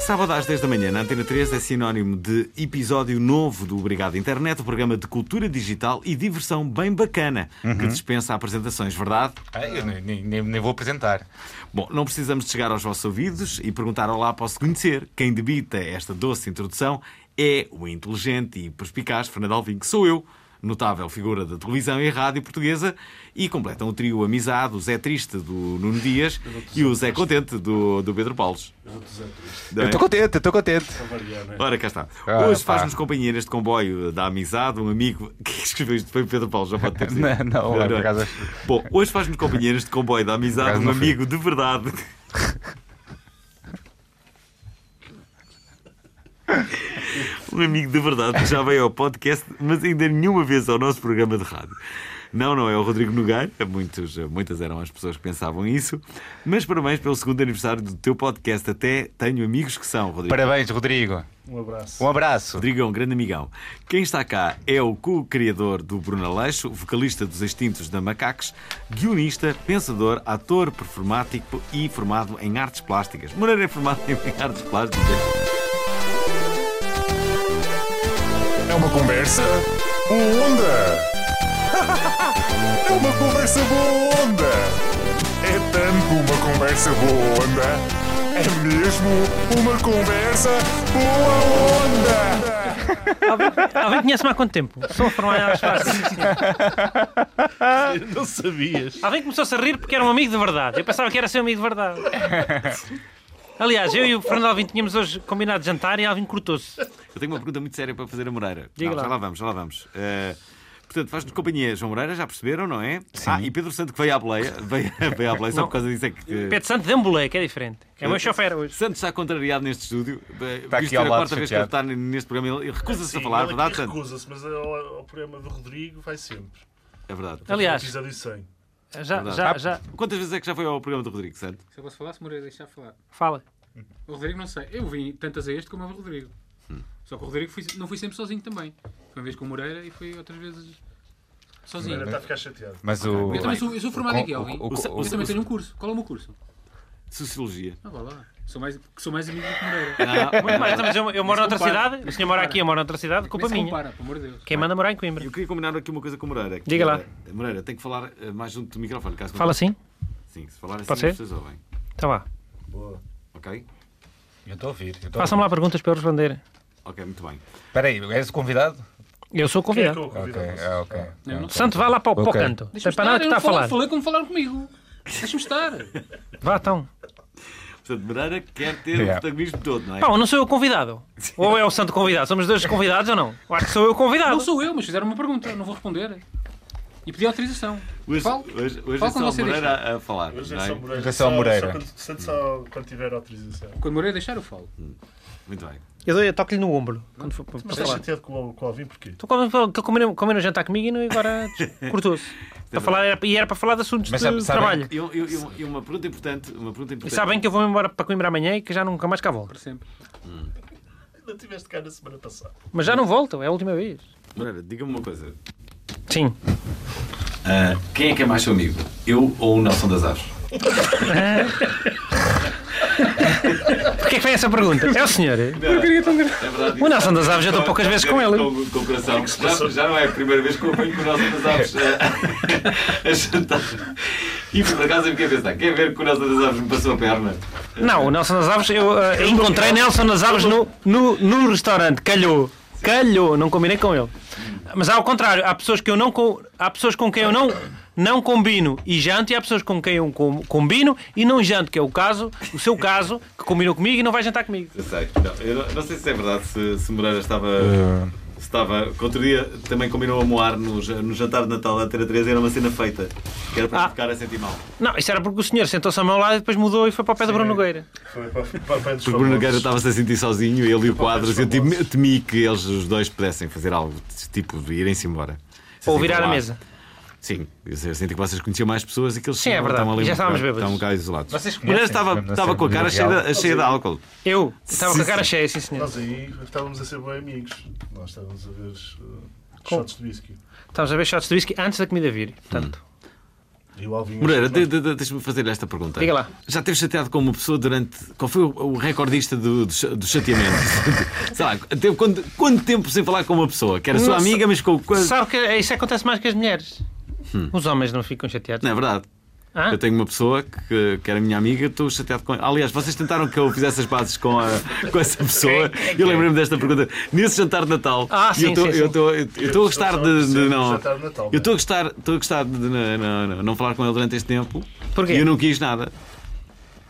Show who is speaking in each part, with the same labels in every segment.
Speaker 1: Sábado às 10 da manhã, na Antena 3, é sinónimo de episódio novo do Obrigado Internet, o programa de cultura digital e diversão bem bacana, que dispensa apresentações, verdade?
Speaker 2: Ah, eu nem, nem- nem- nem vou apresentar.
Speaker 1: Bom, não precisamos de chegar aos vossos ouvidos e perguntar olá, posso conhecer. Quem debita esta doce introdução é o inteligente e perspicaz Fernando Alvim, que sou eu, notável figura da televisão e rádio portuguesa, e completam o trio Amizade, o Zé Triste do Nuno Dias e o Zé Contente do, do Pedro Paulos. Não
Speaker 2: Eu
Speaker 1: é?
Speaker 2: estou contente, eu estou contente.
Speaker 1: Ora, cá está.
Speaker 2: Ah,
Speaker 1: Hoje
Speaker 2: pá.
Speaker 1: faz-nos companhia neste comboio da amizade, um amigo que escreveu isto, foi Pedro Paulo, já pode ter sido.
Speaker 2: Não, não, olha, por acaso acho-
Speaker 1: Bom, hoje faz-nos companhia neste comboio da
Speaker 2: Por
Speaker 1: amizade,
Speaker 2: acaso
Speaker 1: um
Speaker 2: não fui.
Speaker 1: amigo de verdade. Um amigo de verdade que já veio ao podcast, mas ainda nenhuma vez ao nosso programa de rádio. Não, não é o Rodrigo Nogueira, muitos, muitas eram as pessoas que pensavam isso, mas parabéns pelo segundo aniversário do teu podcast. Até tenho amigos que são, Rodrigo.
Speaker 2: Parabéns, Rodrigo.
Speaker 3: Um abraço.
Speaker 2: Um abraço.
Speaker 1: Rodrigo é um grande amigão. Quem está cá é o co-criador do Bruno Aleixo, vocalista dos Extintos da Macacos, guionista, pensador, ator performático e formado em artes plásticas. Moreira é formado em artes plásticas.
Speaker 3: É uma conversa boa onda. É uma conversa boa onda. É tanto uma conversa boa onda. É mesmo uma conversa boa onda.
Speaker 4: Alguém conhece-me há quanto tempo? Sou a formar em artes plásticas.
Speaker 5: Não sabias.
Speaker 4: Alguém começou-se a rir porque era um amigo de verdade. Eu pensava que era seu amigo de verdade. Aliás, eu e o Fernando Alvim tínhamos hoje combinado de jantar e Alvim cortou-se.
Speaker 1: Eu tenho uma pergunta muito séria para fazer a Moreira.
Speaker 4: Diga
Speaker 1: Não,
Speaker 4: lá.
Speaker 1: Já lá vamos, já lá vamos. Eh, portanto, faz-nos companhia, João Moreira, já perceberam, não é? Ah, e Pedro Santo que veio à boleia, veio, veio à boleia só
Speaker 4: Não.
Speaker 1: por causa disso é que... eh,
Speaker 4: Pedro Santo deu que é diferente. É o meu chofer hoje.
Speaker 1: Santos está contrariado neste estúdio. Está
Speaker 2: aqui ao
Speaker 1: a
Speaker 2: lado,
Speaker 1: quarta vez que ele
Speaker 2: chateado.
Speaker 1: está neste programa. Ele recusa-se Tá a
Speaker 5: Sim,
Speaker 1: falar, é
Speaker 5: ele é
Speaker 1: verdade,
Speaker 5: aqui
Speaker 1: Santos?
Speaker 5: recusa-se, mas ao, ao programa do Rodrigo vai sempre.
Speaker 1: É verdade.
Speaker 4: Aliás,
Speaker 5: Episódio 100.
Speaker 4: já, já, já.
Speaker 1: Quantas vezes é que já foi ao programa do Rodrigo Santos?
Speaker 6: Se eu posso falar, se Moreira deixar falar.
Speaker 4: Fala.
Speaker 6: O Rodrigo não sei. Eu vim tantas a este como ao Rodrigo.
Speaker 2: Hum.
Speaker 6: Só que o Rodrigo fui- não fui sempre sozinho também. Foi uma vez com o Moreira e fui outras vezes sozinho.
Speaker 5: Agora está Tá a ficar chateado.
Speaker 2: Mas o.
Speaker 6: Eu também sou, eu sou formado em Kelvin.
Speaker 2: tá- O- o- o-
Speaker 6: Eu também tenho um curso. Qual é o meu curso?
Speaker 1: Sociologia. Ah,
Speaker 6: Ah, vá lá. Sou mais, sou mais amigo do que Moreira.
Speaker 4: Muito mais, mas eu, eu moro noutra
Speaker 6: compara.
Speaker 4: cidade, o senhor mora aqui, eu moro noutra cidade, culpa
Speaker 6: Nem se
Speaker 4: minha.
Speaker 6: compara, pelo amor de Deus.
Speaker 4: Quem manda morar em Coimbra.
Speaker 1: Eu queria combinar aqui uma coisa com o Moreira. que
Speaker 4: Diga lá.
Speaker 1: era- Moreira, tem que falar eh, mais junto do microfone. Caso
Speaker 4: Fala assim?
Speaker 1: Sim, se falar assim as
Speaker 4: Pode ser?
Speaker 1: pessoas ouvem.
Speaker 4: Então vá.
Speaker 5: Boa.
Speaker 1: Ok?
Speaker 2: Eu estou a ouvir. eu estou a
Speaker 4: Façam-me lá
Speaker 2: ouvir.
Speaker 4: perguntas para eu responder.
Speaker 1: Ok, muito bem.
Speaker 2: Espera aí, és o convidado?
Speaker 4: Eu sou o
Speaker 5: Quem é
Speaker 4: convidado.
Speaker 5: que eu
Speaker 2: Ok,
Speaker 5: convido?
Speaker 2: é, ok.
Speaker 6: Eu não
Speaker 4: Santo, vá lá para o, para o
Speaker 2: Ok.
Speaker 4: canto.
Speaker 6: Deixa-me
Speaker 4: É para nada
Speaker 6: estar,
Speaker 4: que está
Speaker 6: eu
Speaker 4: a
Speaker 6: não falei-
Speaker 4: falar.
Speaker 6: Falei como falaram comigo. Deixa-me estar.
Speaker 4: Vá então.
Speaker 1: Portanto, Moreira quer ter o
Speaker 2: Yeah.
Speaker 1: protagonismo todo, não é?
Speaker 4: Pá, não sou eu o convidado. Ou é o santo convidado? Somos dois convidados ou não? Eu acho que sou eu o convidado.
Speaker 6: Não sou eu, mas fizeram uma pergunta. Não vou responder. E pedi autorização.
Speaker 1: Hoje,
Speaker 6: Falo.
Speaker 1: hoje, hoje é
Speaker 6: Falo
Speaker 1: só
Speaker 6: quando
Speaker 1: o
Speaker 6: você
Speaker 1: Moreira a, a falar.
Speaker 5: Hoje
Speaker 1: não
Speaker 5: é
Speaker 1: é?
Speaker 5: só Moreira.
Speaker 2: Hoje é só Moreira.
Speaker 5: Só, quando, só- só quando tiver autorização.
Speaker 6: Quando Moreira deixar, eu falo.
Speaker 1: Muito bem.
Speaker 4: Eu, dou- eu toco-lhe no ombro. Quando for para
Speaker 5: Mas
Speaker 4: falar.
Speaker 5: estás Tá chateado com o- com o Alvin porquê?
Speaker 4: Tu come- fala- que combinou, combinou jantar comigo e não- e agora cortou-se. Para falar, era- e era para falar de assuntos
Speaker 2: Mas
Speaker 4: de
Speaker 2: sabe- sabe-
Speaker 4: trabalho.
Speaker 1: E, um- e um- e uma pergunta importante. Uma pergunta
Speaker 4: E
Speaker 1: importante.
Speaker 4: sabem que eu vou embora para Coimbra amanhã e que já nunca mais cá volto.
Speaker 6: Para sempre.
Speaker 5: Não tiveste cá na semana passada.
Speaker 4: Mas já não volto, é a última vez.
Speaker 1: Moreira, diga-me uma coisa.
Speaker 4: Sim.
Speaker 1: Ah, quem é que é mais seu amigo? Eu ou o Nelson das Aves?
Speaker 4: Porquê é que vem essa pergunta? É o senhor. é?
Speaker 1: É verdade.
Speaker 4: O Nelson das Aves, eu estou Então, poucas vezes com ele.
Speaker 1: Então, Com, com o coração. Já, já não é a primeira vez que eu apanho com o Nelson das Aves a, a jantar. E por acaso eu fiquei a pensar, quer ver que o Nelson das Aves me passou a perna?
Speaker 4: Não, o Nelson das Aves, eu eh, encontrei Nelson das Aves no, no, no restaurante, calhou. Calhou, não combinei com ele. Mas ao contrário, há pessoas que eu não co- há pessoas com quem eu não não combino e janto e há pessoas com quem eu com- combino e não janto, que é o caso, o seu caso, que combinou comigo e não vai jantar comigo.
Speaker 1: Eu sei. Não, eu não, não sei se é verdade se, se Moreira estava Estava, que outro dia também combinou a moar no, ja- no jantar de Natal da Tera 3, era uma cena feita, que era para
Speaker 4: Ah.
Speaker 1: ficar a sentir mal.
Speaker 4: Não, isso era porque o senhor sentou-se ao meu lado e depois mudou e foi para o pé do Bruno Nogueira.
Speaker 5: Foi para, para, para
Speaker 1: Porque o Bruno Nogueira estava-se a sentir sozinho, ele e o Quadros, eu
Speaker 5: famosos.
Speaker 1: temi, temi que eles os dois pudessem fazer algo, tipo, de irem-se embora. Se
Speaker 4: Ou
Speaker 1: assim,
Speaker 4: virar a
Speaker 1: lá.
Speaker 4: mesa.
Speaker 1: Sim, eu sei- eu senti que vocês conheciam mais pessoas e que eles
Speaker 4: Sim, é
Speaker 1: estavam-
Speaker 4: verdade.
Speaker 1: estavam ali um
Speaker 4: Já estávamos
Speaker 1: bocado-
Speaker 4: bêbados.
Speaker 1: estavam um bocado isolados.
Speaker 2: Vocês
Speaker 1: O Moreira
Speaker 2: conhecem,
Speaker 1: estava,
Speaker 2: mesmo assim, na
Speaker 1: estava com a
Speaker 2: cena
Speaker 1: cara
Speaker 2: do
Speaker 1: cheia,
Speaker 2: Mundial.
Speaker 1: de- cheia de álcool.
Speaker 4: Eu estava com
Speaker 1: Sim,
Speaker 4: a cara
Speaker 1: sim.
Speaker 4: cheia, sim senhor.
Speaker 5: Nós aí estávamos a ser bem amigos. Nós estávamos a ver uh,
Speaker 4: Com-
Speaker 5: shots de whisky.
Speaker 4: Estávamos a ver shots de whisky antes da comida vir. Portanto,
Speaker 5: E o Alvinho.
Speaker 1: Moreira, de- de- de- deixa-me fazer esta pergunta.
Speaker 4: Diga lá.
Speaker 1: Já teve chateado com uma pessoa durante. Qual foi o, o recordista do, do, cha- do chateamento? Sei lá, teve quanto, quanto tempo sem falar com uma pessoa? Que era sua
Speaker 4: Nossa.
Speaker 1: amiga, mas com. com-
Speaker 4: sabe que isso acontece mais que as mulheres. Os homens não ficam chateados.
Speaker 1: Hum. Não é verdade?
Speaker 4: Hã?
Speaker 1: Eu tenho uma pessoa que, que era minha amiga, estou chateado com ela. Aliás, vocês tentaram que eu fizesse as pazes com, a- com essa pessoa. Eu lembrei-me desta pergunta. Nesse jantar de Natal,
Speaker 4: Ah,
Speaker 1: e
Speaker 4: sim,
Speaker 1: eu estou-
Speaker 4: sim, sim.
Speaker 1: eu estou- eu- eu estou a gostar de, de não.
Speaker 5: Jantar de Natal, é?
Speaker 1: Eu estou a gostar, estou a gostar de não, não, não, não falar com ele durante este tempo.
Speaker 4: Porquê?
Speaker 1: E eu não quis nada.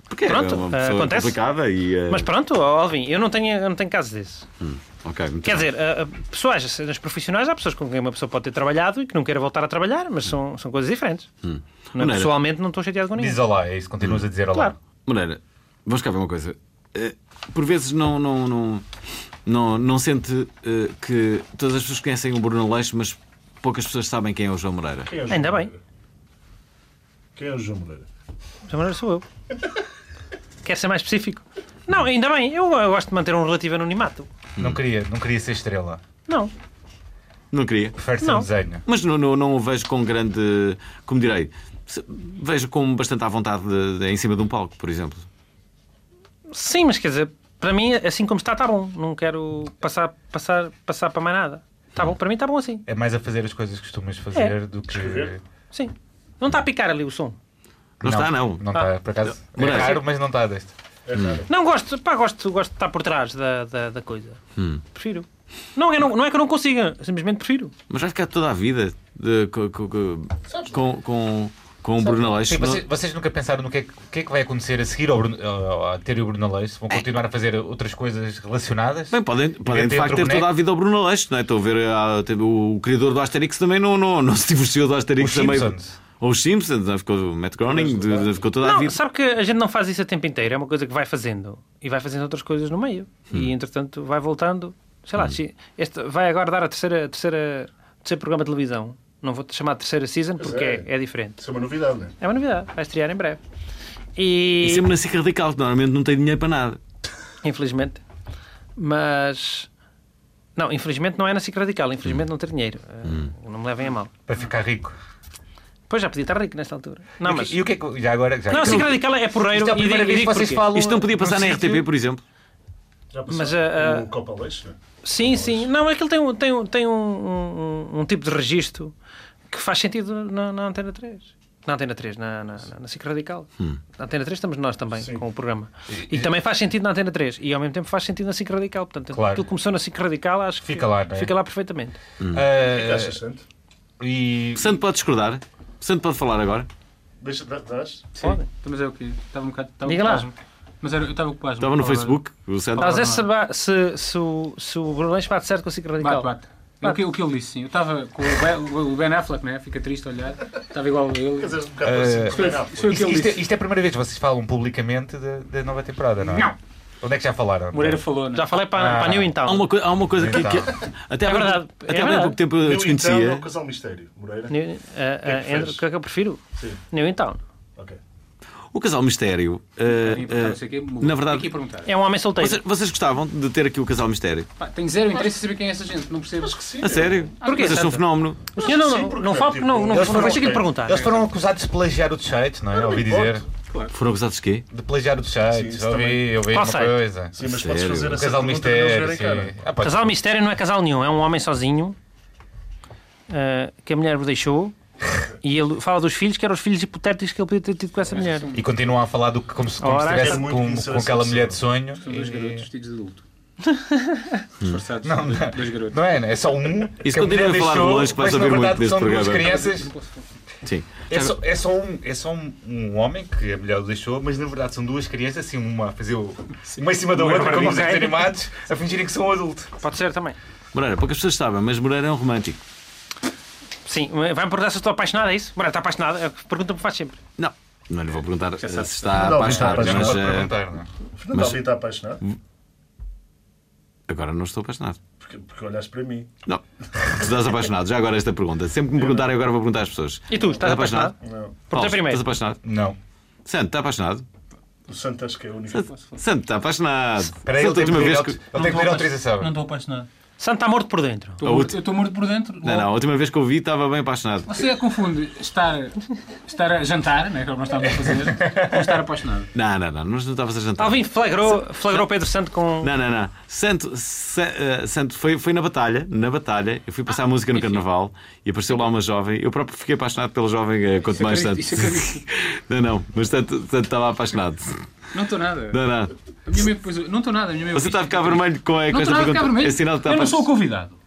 Speaker 1: Porque
Speaker 4: Pronto,
Speaker 1: é uma
Speaker 4: eh,
Speaker 1: pessoa
Speaker 4: acontece.
Speaker 1: complicada e. eh,
Speaker 4: Mas pronto, ó, Alvin, eu não tenho, eu não tenho casos desses.
Speaker 1: ok, muito
Speaker 4: Quer
Speaker 1: bem.
Speaker 4: dizer, a- a- pessoais, as cenas profissionais, há pessoas com quem uma pessoa pode ter trabalhado e que não queira voltar a trabalhar, mas são, são coisas diferentes. Não, é
Speaker 1: Maneira.
Speaker 4: pessoalmente não estou chateado com ninguém.
Speaker 2: Diz olá, é isso, continuas a dizer olá.
Speaker 4: Claro.
Speaker 1: Moreira, vamos cá ver uma coisa. Eh, Por vezes não, não, não, não, não sente eh, que todas as pessoas conhecem o Bruno Leixo, mas poucas pessoas sabem quem é o João Moreira.
Speaker 5: Quem é o João
Speaker 4: Ainda
Speaker 5: Moreira?
Speaker 4: bem.
Speaker 5: Quem é o João Moreira?
Speaker 4: Mas agora sou eu. Quer ser mais específico? Não, ainda bem, eu, eu gosto de manter um relativo anonimato.
Speaker 2: Não, queria, não queria ser estrela.
Speaker 4: Não.
Speaker 1: Não queria.
Speaker 2: Prefere ser
Speaker 4: Não.
Speaker 2: um desenho.
Speaker 1: Mas não, não, não o vejo com grande. Como direi? se- Vejo com bastante à vontade de- de- em cima de um palco, por exemplo.
Speaker 4: Sim, mas quer dizer, para mim, assim como está, está bom. Não quero passar, passar, passar para mais nada. Está bom, para mim está bom assim.
Speaker 2: É mais a fazer as coisas que costumas fazer do que.
Speaker 5: Escrever.
Speaker 4: Sim. Não está a picar ali o som.
Speaker 1: Não, está, não.
Speaker 2: Não está, por acaso. É
Speaker 1: Moreira.
Speaker 2: raro, mas não está deste.
Speaker 4: Não, gosto, pá, gosto, gosto de estar por trás da, da, da coisa.
Speaker 1: Hum.
Speaker 4: Prefiro. Não, eu não, não é que eu não consiga, simplesmente prefiro.
Speaker 1: Mas vai ficar toda a vida de- co- co- co- com, com, com o Bruno Leixo.
Speaker 2: Sim, vocês, vocês nunca pensaram no que é, que- o que é que vai acontecer a seguir ao Bruno- ao- a ter o Bruno Leixo? Vão continuar a fazer outras coisas relacionadas?
Speaker 1: Bem, podem, podem de
Speaker 2: tem
Speaker 1: facto
Speaker 2: outro
Speaker 1: ter toda a
Speaker 2: boneco.
Speaker 1: vida ao Bruno Leixo, não é? Estou a ver ah, teve o o criador do Asterix também não, não, não se divorciou do Asterix
Speaker 2: Os
Speaker 1: também.
Speaker 2: Simpsons.
Speaker 1: Ou os Simpsons, não é? ficou o Matt Groening, de- de- ficou toda a
Speaker 4: Não,
Speaker 1: vida.
Speaker 4: sabe que a gente não faz isso a tempo inteiro, é uma coisa que vai fazendo e vai fazendo outras coisas no meio
Speaker 1: Hum.
Speaker 4: e entretanto vai voltando. Sei lá, se- este vai agora dar a terceira, a terceira, o terceiro programa de televisão. Não vou te chamar de terceira season porque é.
Speaker 5: é.
Speaker 4: é diferente.
Speaker 5: Isso é uma novidade, não é?
Speaker 4: É uma novidade, vai estrear em breve. E
Speaker 1: Isso é uma nascer radical, que normalmente não tem dinheiro para nada.
Speaker 4: infelizmente, mas não, infelizmente não é na SIC radical,
Speaker 1: Hum.
Speaker 4: infelizmente não ter dinheiro. Eh, Não me levem a mal.
Speaker 2: Para ficar rico.
Speaker 4: Pois já podia estar rico nesta altura. Não,
Speaker 2: E
Speaker 4: Ah,
Speaker 2: o que-
Speaker 4: mas
Speaker 2: E o que é que. Já agora. Já
Speaker 4: não, a
Speaker 2: que-
Speaker 4: SIC radical é porreiro
Speaker 2: Isto é a
Speaker 4: e digo-
Speaker 2: primeira
Speaker 4: e
Speaker 2: vez que
Speaker 4: digo
Speaker 2: vocês
Speaker 4: porquê.
Speaker 2: falam.
Speaker 1: Isto não Então podia passar
Speaker 2: num
Speaker 1: na
Speaker 2: sítio-
Speaker 1: RTP, por exemplo.
Speaker 5: Já passou
Speaker 4: Mas uh, a- a-
Speaker 5: o Copa Leixo, não
Speaker 1: uh,
Speaker 5: é?
Speaker 4: Sim, sim. Não, aquilo tem, um- tem, um- tem um, um- um tipo de registro que faz sentido na, na Antena 3. Na Antena 3, na, na, na, na SIC Radical.
Speaker 2: Hum.
Speaker 4: Na Antena 3 estamos nós também, com o programa. E, também faz sentido na Antena 3. E ao mesmo tempo faz sentido na SIC Radical. Portanto,
Speaker 2: Claro.
Speaker 4: aquilo que começou na SIC Radical, acho que
Speaker 2: Fica lá, não é?
Speaker 4: fica lá perfeitamente.
Speaker 5: Que
Speaker 2: Ah,
Speaker 5: achas, Santo?
Speaker 2: e.
Speaker 1: Santo pode discordar. Santo pode falar agora.
Speaker 5: Deixa, dá- dás?
Speaker 4: Pode.
Speaker 6: Então, Mas é o quê? Estava um bocado. Estava
Speaker 4: Diga lá.
Speaker 6: pasmo. Mas era, eu estava com pasmo.
Speaker 1: Estava no
Speaker 6: Estava-
Speaker 1: Facebook, o Santo.
Speaker 4: Mas
Speaker 6: Ora,
Speaker 4: é se, ba- se, se, o- se o Bruno Leixo bate certo com a SIC Radical.
Speaker 6: Bate, bate. É O que, o que ele disse, sim. Eu estava com o Ben, o Ben Affleck, né? Fica triste a olhar. Estava igual a ele.
Speaker 5: Quer dizer, um bocado parecido com o Ben Affleck.
Speaker 6: Foi o que
Speaker 2: Isto,
Speaker 6: ele
Speaker 2: isto é,
Speaker 6: disse.
Speaker 2: isto é a primeira vez que vocês falam publicamente da, da nova temporada, não é?
Speaker 6: Não.
Speaker 2: Onde é que já falaram?
Speaker 6: Moreira falou, né?
Speaker 4: Já falei para,
Speaker 2: Ah.
Speaker 4: para a New In
Speaker 1: Há
Speaker 4: Town.
Speaker 1: uma, coi- há uma coisa que,
Speaker 2: Então.
Speaker 1: que até há
Speaker 4: É verdade,
Speaker 1: pouco-
Speaker 4: é
Speaker 1: até há
Speaker 4: verdade.
Speaker 1: pouco tempo eu
Speaker 5: Eu, então, é
Speaker 1: desconhecia.
Speaker 5: um casal mistério. Moreira?
Speaker 4: New- eh, eh,
Speaker 5: que
Speaker 4: entre-
Speaker 5: fez?
Speaker 4: O que é que eu prefiro?
Speaker 5: Sim.
Speaker 4: New In Town.
Speaker 5: Ok.
Speaker 1: O casal mistério.
Speaker 6: Vim perguntar,
Speaker 1: eh,
Speaker 6: não sei o quê,
Speaker 1: eh,
Speaker 6: mudou.
Speaker 1: na verdade,
Speaker 6: Aqui a perguntar.
Speaker 4: É um homem solteiro.
Speaker 1: vocês, vocês gostavam de ter aqui o casal mistério?
Speaker 6: Pá, tenho zero interesse em saber quem é essa gente, não percebo.
Speaker 5: Acho que sim.
Speaker 1: A sério?
Speaker 4: Porquê,
Speaker 1: Vocês são um
Speaker 4: Santo?
Speaker 1: fenómeno.
Speaker 4: O senhor não,
Speaker 5: Sim,
Speaker 4: não,
Speaker 5: porque,
Speaker 4: não fala porque
Speaker 5: tipo,
Speaker 4: não, não,
Speaker 5: eles
Speaker 4: não
Speaker 2: foram-
Speaker 4: consigo lhe perguntar.
Speaker 2: Eles foram acusados de plagiar o site, não é? ouvi dizer.
Speaker 1: Foram acusados de quê?
Speaker 2: De plagiar o site,
Speaker 5: Ah, Sim, isso
Speaker 2: ouvi,
Speaker 5: também.
Speaker 2: ouvi
Speaker 4: Qual
Speaker 2: uma
Speaker 4: site?
Speaker 2: coisa.
Speaker 5: Sim, mas
Speaker 1: Sério?
Speaker 5: podes fazer
Speaker 2: O
Speaker 5: essa
Speaker 2: casal
Speaker 5: pergunta para
Speaker 2: mistério,
Speaker 5: eles
Speaker 2: sim.
Speaker 5: verem cara.
Speaker 2: Ah, pode-
Speaker 4: Casal mistério não é casal nenhum, é um homem sozinho ah, que a mulher o deixou e ele fala dos filhos que eram os filhos hipotéticos que ele podia ter tido com essa mulher.
Speaker 2: E continuam a falar do que como se, como se
Speaker 4: Ora,
Speaker 2: estivesse
Speaker 5: é muito
Speaker 2: com,
Speaker 5: difícil
Speaker 2: com aquela
Speaker 5: essa
Speaker 2: mulher de sonho.
Speaker 6: São É dois
Speaker 2: E-
Speaker 6: garotos vestidos de adulto. Disfarçados.
Speaker 2: Não, não,
Speaker 6: Dois garotos.
Speaker 2: não é, não é só um. que a
Speaker 1: continua
Speaker 2: mulher
Speaker 1: a falar de
Speaker 2: deixou,
Speaker 1: longe, que vais
Speaker 2: mas na
Speaker 1: ouvir muito
Speaker 2: verdade
Speaker 1: deste
Speaker 2: são duas
Speaker 1: programa.
Speaker 2: crianças.
Speaker 1: Sim.
Speaker 2: É só, é só, um, é só um, um homem que a mulher o deixou, mas na verdade são duas crianças, assim, uma a fazer o- uma em cima da outra, como os
Speaker 4: Um ok.
Speaker 2: animados, a fingirem que são adultos.
Speaker 4: Pode ser também.
Speaker 1: Moreira, poucas pessoas sabem, mas Moreira é um romântico.
Speaker 4: Sim, vai-me perguntar se eu estou apaixonado, é isso? Bora, está apaixonado? É a pergunta que me faz sempre.
Speaker 1: Não, não lhe vou perguntar eh, se
Speaker 5: sabe.
Speaker 1: está
Speaker 5: Não,
Speaker 1: apaixonado,
Speaker 5: não,
Speaker 1: mas,
Speaker 5: não, não,
Speaker 2: Não pode
Speaker 1: eh,
Speaker 2: perguntar, não é?
Speaker 5: Fernando
Speaker 1: Mas-
Speaker 5: Alvim está apaixonado?
Speaker 1: agora não estou apaixonado.
Speaker 5: Porque, porque olhaste para mim.
Speaker 1: Não. Tu estás apaixonado, já agora esta pergunta. Sempre que
Speaker 2: É
Speaker 1: me perguntarem, agora vou perguntar às pessoas.
Speaker 4: E tu, estás apaixonado?
Speaker 5: Não.
Speaker 4: Perguntei primeiro.
Speaker 1: Estás apaixonado?
Speaker 2: Não.
Speaker 1: Santo, está apaixonado?
Speaker 5: O Santo acho que é o único.
Speaker 1: Santo, está apaixonado.
Speaker 2: Espera aí, ele
Speaker 1: Santo, a
Speaker 2: tem que
Speaker 1: última
Speaker 2: pedir
Speaker 1: vez
Speaker 2: au-
Speaker 1: que...
Speaker 2: ele tem que pedir
Speaker 7: Não
Speaker 2: autorização.
Speaker 7: estou apaixonado.
Speaker 4: Santo está morto por dentro.
Speaker 1: A
Speaker 6: Estou morto,
Speaker 1: outra-
Speaker 6: eu estou morto por dentro.
Speaker 1: Não, não, a última vez que eu vi estava bem apaixonado.
Speaker 6: Você confunde estar, estar a jantar, né, que é o que nós estávamos a fazer, com estar apaixonado.
Speaker 1: Não, não, não, mas não estavas a jantar.
Speaker 4: Alvin flagrou, flagrou Pedro Santo com.
Speaker 1: Não, não, não. Santo, Sa- eh, Santo foi, foi na batalha, na batalha, eu fui passar
Speaker 6: Ah,
Speaker 1: música no carnaval e apareceu lá uma jovem. Eu próprio fiquei apaixonado pela jovem, eh, quanto mais Santo.
Speaker 6: acredito, isso
Speaker 1: não, não, mas Santo, Santo estava apaixonado.
Speaker 6: Não estou nada.
Speaker 1: Não, não.
Speaker 6: A minha mãe depois. Não estou nada, a minha mãe. tipo,
Speaker 1: Você está a ficar vermelho com, a, com esta
Speaker 6: Não estou nada a
Speaker 1: pergunta.
Speaker 6: ficar vermelho.
Speaker 1: É sinal de que
Speaker 6: eu não
Speaker 1: está
Speaker 6: sou o convidado.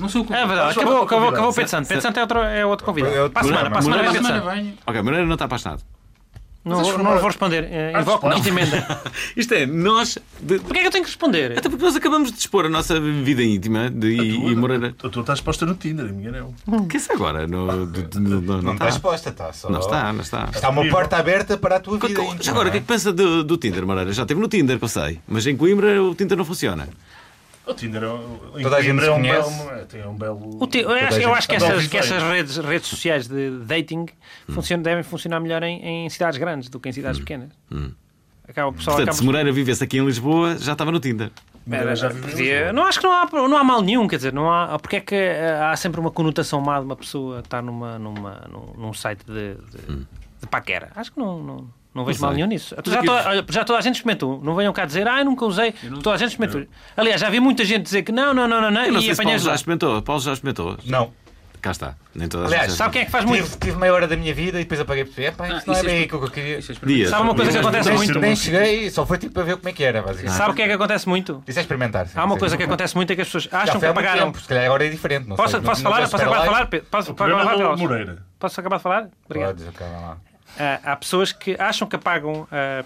Speaker 6: Não sou o
Speaker 4: É
Speaker 6: convidado.
Speaker 4: verdade, acabou, acabou, acabou o Pedro Santo. Pedro Santo é outro, é outro
Speaker 2: É
Speaker 4: convidado.
Speaker 2: outro
Speaker 4: Para a semana, para a semana é
Speaker 6: Para a
Speaker 4: Pedro
Speaker 6: semana
Speaker 4: Santo.
Speaker 6: venho.
Speaker 1: Ok, Moreira não está apaixonado.
Speaker 4: Não, vou- não vou responder. eh, Invoco isto emenda.
Speaker 1: Isto é, nós. de-
Speaker 4: Porquê é que eu tenho que responder?
Speaker 1: Até porque nós acabamos de expor a nossa vida íntima de, e,
Speaker 2: é?
Speaker 1: e Moreira.
Speaker 5: Tu estás posta no Tinder, a minha não.
Speaker 1: que isso é agora? No, de- de- no- no-
Speaker 2: Não
Speaker 1: não
Speaker 2: está
Speaker 1: está.
Speaker 2: resposta, está só.
Speaker 1: Não está, não está.
Speaker 2: Está uma porta aberta para a tua vida.
Speaker 1: Quanto-
Speaker 2: íntima,
Speaker 1: já agora, o
Speaker 2: não
Speaker 1: que é
Speaker 2: é?
Speaker 1: que pensa do, do Tinder, Moreira? Já esteve no Tinder, que eu sei. Mas em Coimbra o Tinder não funciona.
Speaker 5: O Tinder é um.
Speaker 2: Toda a gente
Speaker 5: Coimbra é um
Speaker 2: conhece.
Speaker 5: belo. É, tem um belo.
Speaker 4: O ti- eu, acho, eu acho que
Speaker 5: Adolfo
Speaker 4: essas, que
Speaker 5: Ribeiro.
Speaker 4: essas redes, redes sociais de dating funcionam, devem funcionar melhor em, em cidades grandes do que em cidades pequenas. Acaba o pessoal
Speaker 1: Portanto,
Speaker 4: acaba.
Speaker 1: se Moreira vivesse aqui em Lisboa, já estava no Tinder.
Speaker 5: Mas já viveu.
Speaker 4: Podia- é? Não acho que não há, não há mal nenhum, quer dizer, não há, porque é que eh, há sempre uma conotação má de uma pessoa estar numa, numa, num, num site de, de, de paquera? Acho que não, não, não vejo
Speaker 1: Não
Speaker 4: mal
Speaker 1: sei.
Speaker 4: nenhum nisso.
Speaker 1: Mas
Speaker 4: Já,
Speaker 1: aqui-
Speaker 4: toda, olha, já toda a gente experimentou, não venham cá dizer, ai, nunca usei, toda a gente experimentou. Aliás, já vi muita gente dizer que não, não, não, não, não,
Speaker 1: Eu não
Speaker 4: e
Speaker 1: sei se Paulo
Speaker 4: apanhei
Speaker 1: já
Speaker 4: já.
Speaker 1: experimentou. Paulo já experimentou.
Speaker 2: Não.
Speaker 1: Cá está. Nem toda a
Speaker 2: Aliás,
Speaker 1: gente já
Speaker 4: Sabe quem é que faz muito?
Speaker 2: Tive, tive meia hora da minha vida e depois apaguei porque, epá,
Speaker 6: Ah,
Speaker 2: isso não é
Speaker 6: isso é
Speaker 2: bem aquilo que eu queria.
Speaker 6: Isso é experimentar.
Speaker 1: Dias.
Speaker 4: Sabe uma coisa que acontece
Speaker 2: Nem-
Speaker 4: muito?
Speaker 2: Nem cheguei, só foi tipo para ver como é que era, basicamente.
Speaker 4: Sabe o que é que acontece
Speaker 1: Ah.
Speaker 4: muito?
Speaker 2: Isso é experimentar. sim,
Speaker 4: Há uma
Speaker 2: sim.
Speaker 4: coisa que acontece muito é que as pessoas
Speaker 2: Já
Speaker 4: acham que
Speaker 2: foi há muito
Speaker 4: apagaram.
Speaker 2: tempo, se calhar agora é diferente. Não
Speaker 4: Posso,
Speaker 2: sei,
Speaker 4: posso
Speaker 2: não- não
Speaker 4: falar?
Speaker 2: sei
Speaker 4: Posso acabar de
Speaker 2: para lá.
Speaker 4: falar? Pedro? Posso acabar de
Speaker 5: Primeiro é
Speaker 4: falar?
Speaker 5: o
Speaker 4: Pedro?
Speaker 5: Moreira.
Speaker 4: Posso acabar de falar? Obrigado.
Speaker 2: Podes, acaba lá.
Speaker 4: Ah, há pessoas que acham que apagam ah,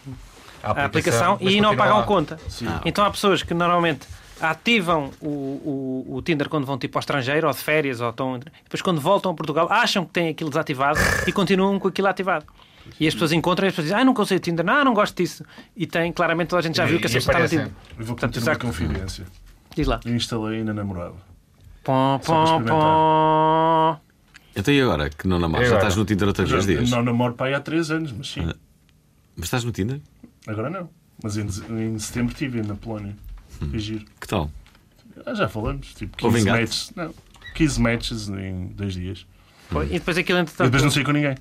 Speaker 4: a aplicação,
Speaker 2: mas
Speaker 4: e não um
Speaker 2: continua
Speaker 4: apagam
Speaker 2: lá.
Speaker 4: conta. Então há pessoas que normalmente ativam o, o, o Tinder quando vão tipo ao estrangeiro ou de férias ou estão. Depois quando voltam a Portugal acham que têm aquilo desativado e continuam com aquilo ativado. E as pessoas encontram e as pessoas dizem, ah, nunca usei o Tinder, não, não gosto disso. E tem, claramente, toda a gente já
Speaker 2: E-
Speaker 4: viu que
Speaker 2: e
Speaker 4: essa pessoa está no
Speaker 2: aparecem.
Speaker 4: Tinder.
Speaker 5: Eu vou
Speaker 4: Portanto,
Speaker 5: contar
Speaker 4: já-
Speaker 5: uma confidência.
Speaker 4: tipo, Diz lá.
Speaker 5: Eu instalei ainda namorado.
Speaker 4: Pom,
Speaker 5: Só para
Speaker 4: pom, pom.
Speaker 1: Então e agora? Que não namoras?
Speaker 2: E
Speaker 1: Já
Speaker 2: agora?
Speaker 1: estás no Tinder outra
Speaker 5: Já,
Speaker 1: vez, dias. Uhum.
Speaker 5: não namoro pai há 3 anos, mas sim.
Speaker 1: Mas estás no Tinder?
Speaker 5: Agora não. Mas em, dez- em setembro estive na Polónia. Foi giro.
Speaker 1: Que tal?
Speaker 5: Ah, já falamos. Tipo,
Speaker 1: Hum. Houve
Speaker 5: 15
Speaker 1: engate?
Speaker 5: matches. Não. 15 matches em 2 dias.
Speaker 4: Foi. E depois aquilo
Speaker 5: E
Speaker 4: entretanto.
Speaker 5: depois não saí com ninguém.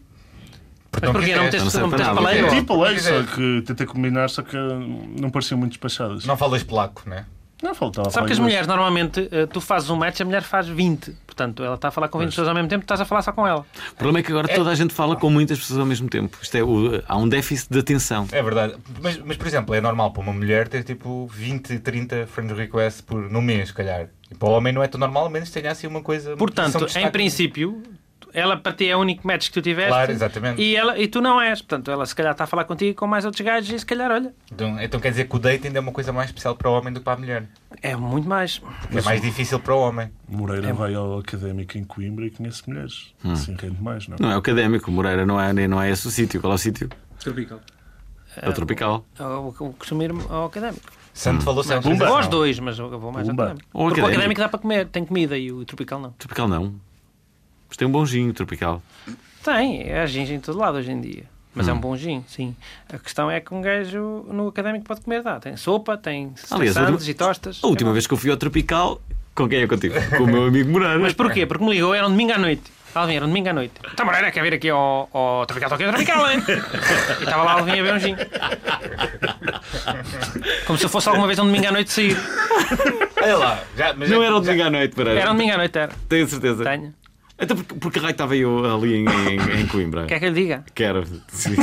Speaker 2: Então,
Speaker 4: Mas porquê? Não
Speaker 2: fizeste.
Speaker 4: tens,
Speaker 1: Não
Speaker 4: não
Speaker 1: serve
Speaker 4: tens
Speaker 1: para nada.
Speaker 4: paleio?
Speaker 2: Sim.
Speaker 5: Tipo a lei,
Speaker 2: Pois
Speaker 5: só
Speaker 2: é.
Speaker 5: que tentei combinar, só que não pareciam muito despachadas.
Speaker 2: Não falas polaco, né?
Speaker 5: Não faltava.
Speaker 4: Sabe
Speaker 5: falar
Speaker 4: que as
Speaker 5: inglês.
Speaker 4: mulheres normalmente, eh, tu fazes um match, a mulher faz 20. Portanto, ela está a falar com 20 pessoas ao mesmo tempo, tu estás a falar só com ela.
Speaker 1: O problema é que agora toda a gente fala com muitas pessoas ao mesmo tempo. Isto é, o- há um déficit de atenção.
Speaker 2: É verdade. Mas, mas, por exemplo, é normal para uma mulher ter tipo 20, 30 friend requests por, no mês, se calhar. E para o homem não é tão normal, a menos que tenha assim uma coisa. uma posição de
Speaker 4: Portanto, em
Speaker 2: destaque.
Speaker 4: princípio, ela para ti é o único match que tu tiveste.
Speaker 2: Claro, exatamente.
Speaker 4: E, ela, e tu não és. Portanto, ela se calhar está a falar contigo com mais outros gajos e se calhar, olha,
Speaker 2: Então, então quer dizer que o dating é uma coisa mais especial para o homem do que para a mulher.
Speaker 4: é muito mais.
Speaker 2: É mais difícil para o homem.
Speaker 5: Moreira vai ao académico em Coimbra e conhece mulheres. Assim rende mais, não?
Speaker 1: Não é o académico, Moreira não é, nem- não é esse o sítio. Qual é o sítio?
Speaker 6: Tropical.
Speaker 1: É o tropical.
Speaker 4: Eu eu costumo ir ao académico.
Speaker 2: Santo falou sem
Speaker 5: Pumba.
Speaker 2: autorização.
Speaker 4: Aos dois, mas eu vou mais ao
Speaker 5: Pumba.
Speaker 4: académico.
Speaker 1: Ou
Speaker 4: Porque o
Speaker 1: académico.
Speaker 4: académico dá para comer, tem comida e o tropical não.
Speaker 1: Tropical não. Mas tem um bom ginho tropical.
Speaker 4: Tem, é gin em todo lado hoje em dia. Mas é
Speaker 1: Hum.
Speaker 4: um bom gin, sim. A questão é que um gajo no académico pode comer, dá. Tem sopa, tem
Speaker 1: Aliás, a
Speaker 4: sandes
Speaker 1: última-
Speaker 4: e tostas.
Speaker 1: A última
Speaker 4: É bom.
Speaker 1: vez que eu fui ao tropical, com quem é contigo? Com o meu amigo Moreira.
Speaker 4: Mas porquê? Porque me ligou, era um domingo à noite. Alvin, era um domingo à noite. Então, Moreira, quer vir aqui ao, ao Tropical Tokyo Tropical, hein? E estava lá Alvin a ver um gin. Como se eu fosse alguma vez um domingo à noite sair.
Speaker 2: Olha lá. Já, mas
Speaker 1: Não
Speaker 2: já-
Speaker 1: era o
Speaker 2: já-
Speaker 1: domingo à noite, Moreira.
Speaker 4: Era um domingo à noite, era.
Speaker 1: Tenho certeza.
Speaker 4: Tenho.
Speaker 1: Até porque, porque raio estava eu ali em, em, em Coimbra.
Speaker 4: Quer que eu lhe diga?
Speaker 1: Quero. Sim.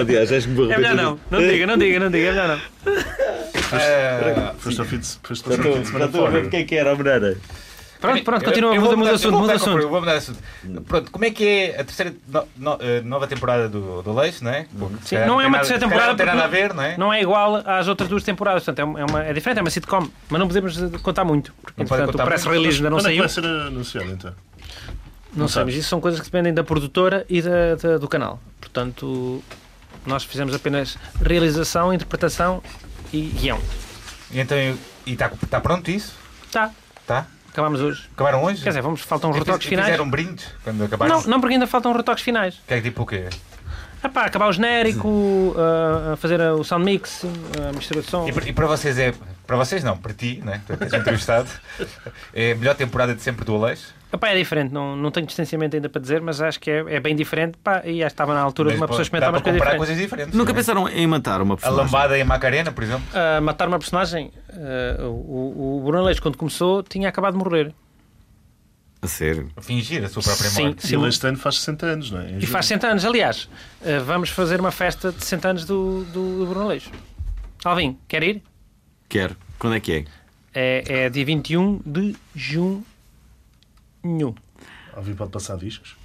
Speaker 1: Aliás, acho que me
Speaker 4: É melhor não. Não diga, não diga, não diga. É melhor não.
Speaker 2: Ah,
Speaker 5: Foste ao fim de, foste ao
Speaker 1: Já
Speaker 5: fim de
Speaker 1: estou- já
Speaker 5: semana
Speaker 1: estou a ver
Speaker 5: fora.
Speaker 1: oh, de quem é que era a Moreira.
Speaker 4: Pronto, pronto, continua,
Speaker 7: Eu
Speaker 4: muda,
Speaker 7: vou
Speaker 4: muda
Speaker 7: mudar-
Speaker 4: o
Speaker 7: eu
Speaker 4: assunto,
Speaker 7: vou
Speaker 4: muda
Speaker 7: mudar-
Speaker 4: o assunto.
Speaker 7: eu vou mudar de assunto. Pronto, como é que é a terceira no- no- eh, nova temporada do, do Leixo, não é? Porque se
Speaker 4: Sim,
Speaker 7: calhar
Speaker 4: não é
Speaker 7: tem
Speaker 4: uma
Speaker 7: nada-
Speaker 4: terceira
Speaker 7: se calhar
Speaker 4: temporada
Speaker 7: Não tem nada a
Speaker 4: porque
Speaker 7: ver, não é?
Speaker 4: Não é igual às outras duas temporadas, portanto é, uma, é, uma- é diferente, é uma sitcom, mas não podemos eh, contar muito. Porque,
Speaker 7: Não pode
Speaker 4: entretanto,
Speaker 7: contar
Speaker 4: o press
Speaker 7: muito.
Speaker 4: release ainda não
Speaker 5: Quando é que
Speaker 4: saiu.
Speaker 5: vai ser anunciado então?
Speaker 4: Não sei, mas isso são coisas que dependem da produtora e da- da- do canal. Portanto, nós fizemos apenas realização, interpretação e guião.
Speaker 7: E então, eu- e está tá pronto isso?
Speaker 4: Tá,
Speaker 7: Tá?
Speaker 4: acabamos hoje.
Speaker 7: Acabaram hoje?
Speaker 4: Quer dizer, vamos, faltam uns
Speaker 7: E fiz-
Speaker 4: retoques
Speaker 7: e
Speaker 4: finais.
Speaker 7: É Fizeram um brindes quando acabaram?
Speaker 4: Não, não, porque ainda faltam retoques finais.
Speaker 7: Que é tipo o quê?
Speaker 4: Ah pá, acabar o genérico, ah, ah, fazer ah, o sound mix, a mistura de som.
Speaker 7: E para, e para vocês é. Para vocês não, para ti, né? Tu és entrevistado. é a melhor temporada de sempre do Aleixo.
Speaker 4: Epá, é diferente, não, não tenho distanciamento ainda para dizer, mas acho que é, é bem diferente pá, e acho que estava na altura
Speaker 7: Mas,
Speaker 4: de uma
Speaker 7: pô,
Speaker 4: pessoa
Speaker 7: dá
Speaker 4: experimentar
Speaker 7: para
Speaker 4: umas coisas
Speaker 7: comparar
Speaker 4: diferentes.
Speaker 7: coisas diferentes.
Speaker 1: Nunca
Speaker 7: não é?
Speaker 1: pensaram em matar uma
Speaker 7: A
Speaker 1: personagem?
Speaker 7: lambada em Macarena, por exemplo.
Speaker 4: Ah, matar uma personagem, ah, o, o Bruno Leix, quando começou, tinha acabado de morrer.
Speaker 1: A sério.
Speaker 7: Fingir a sua própria
Speaker 4: Sim,
Speaker 7: morte.
Speaker 5: Se ele este ano faz 60 anos, não é? Em
Speaker 4: E
Speaker 5: julho.
Speaker 4: faz 60 anos, aliás. Ah, vamos fazer uma festa de 60 anos do, do, do Bruno Leix. Alvin, quer ir?
Speaker 1: Quero. Quando é que é?
Speaker 4: É, é dia 21 de junho.
Speaker 5: Alguém pode passar discos?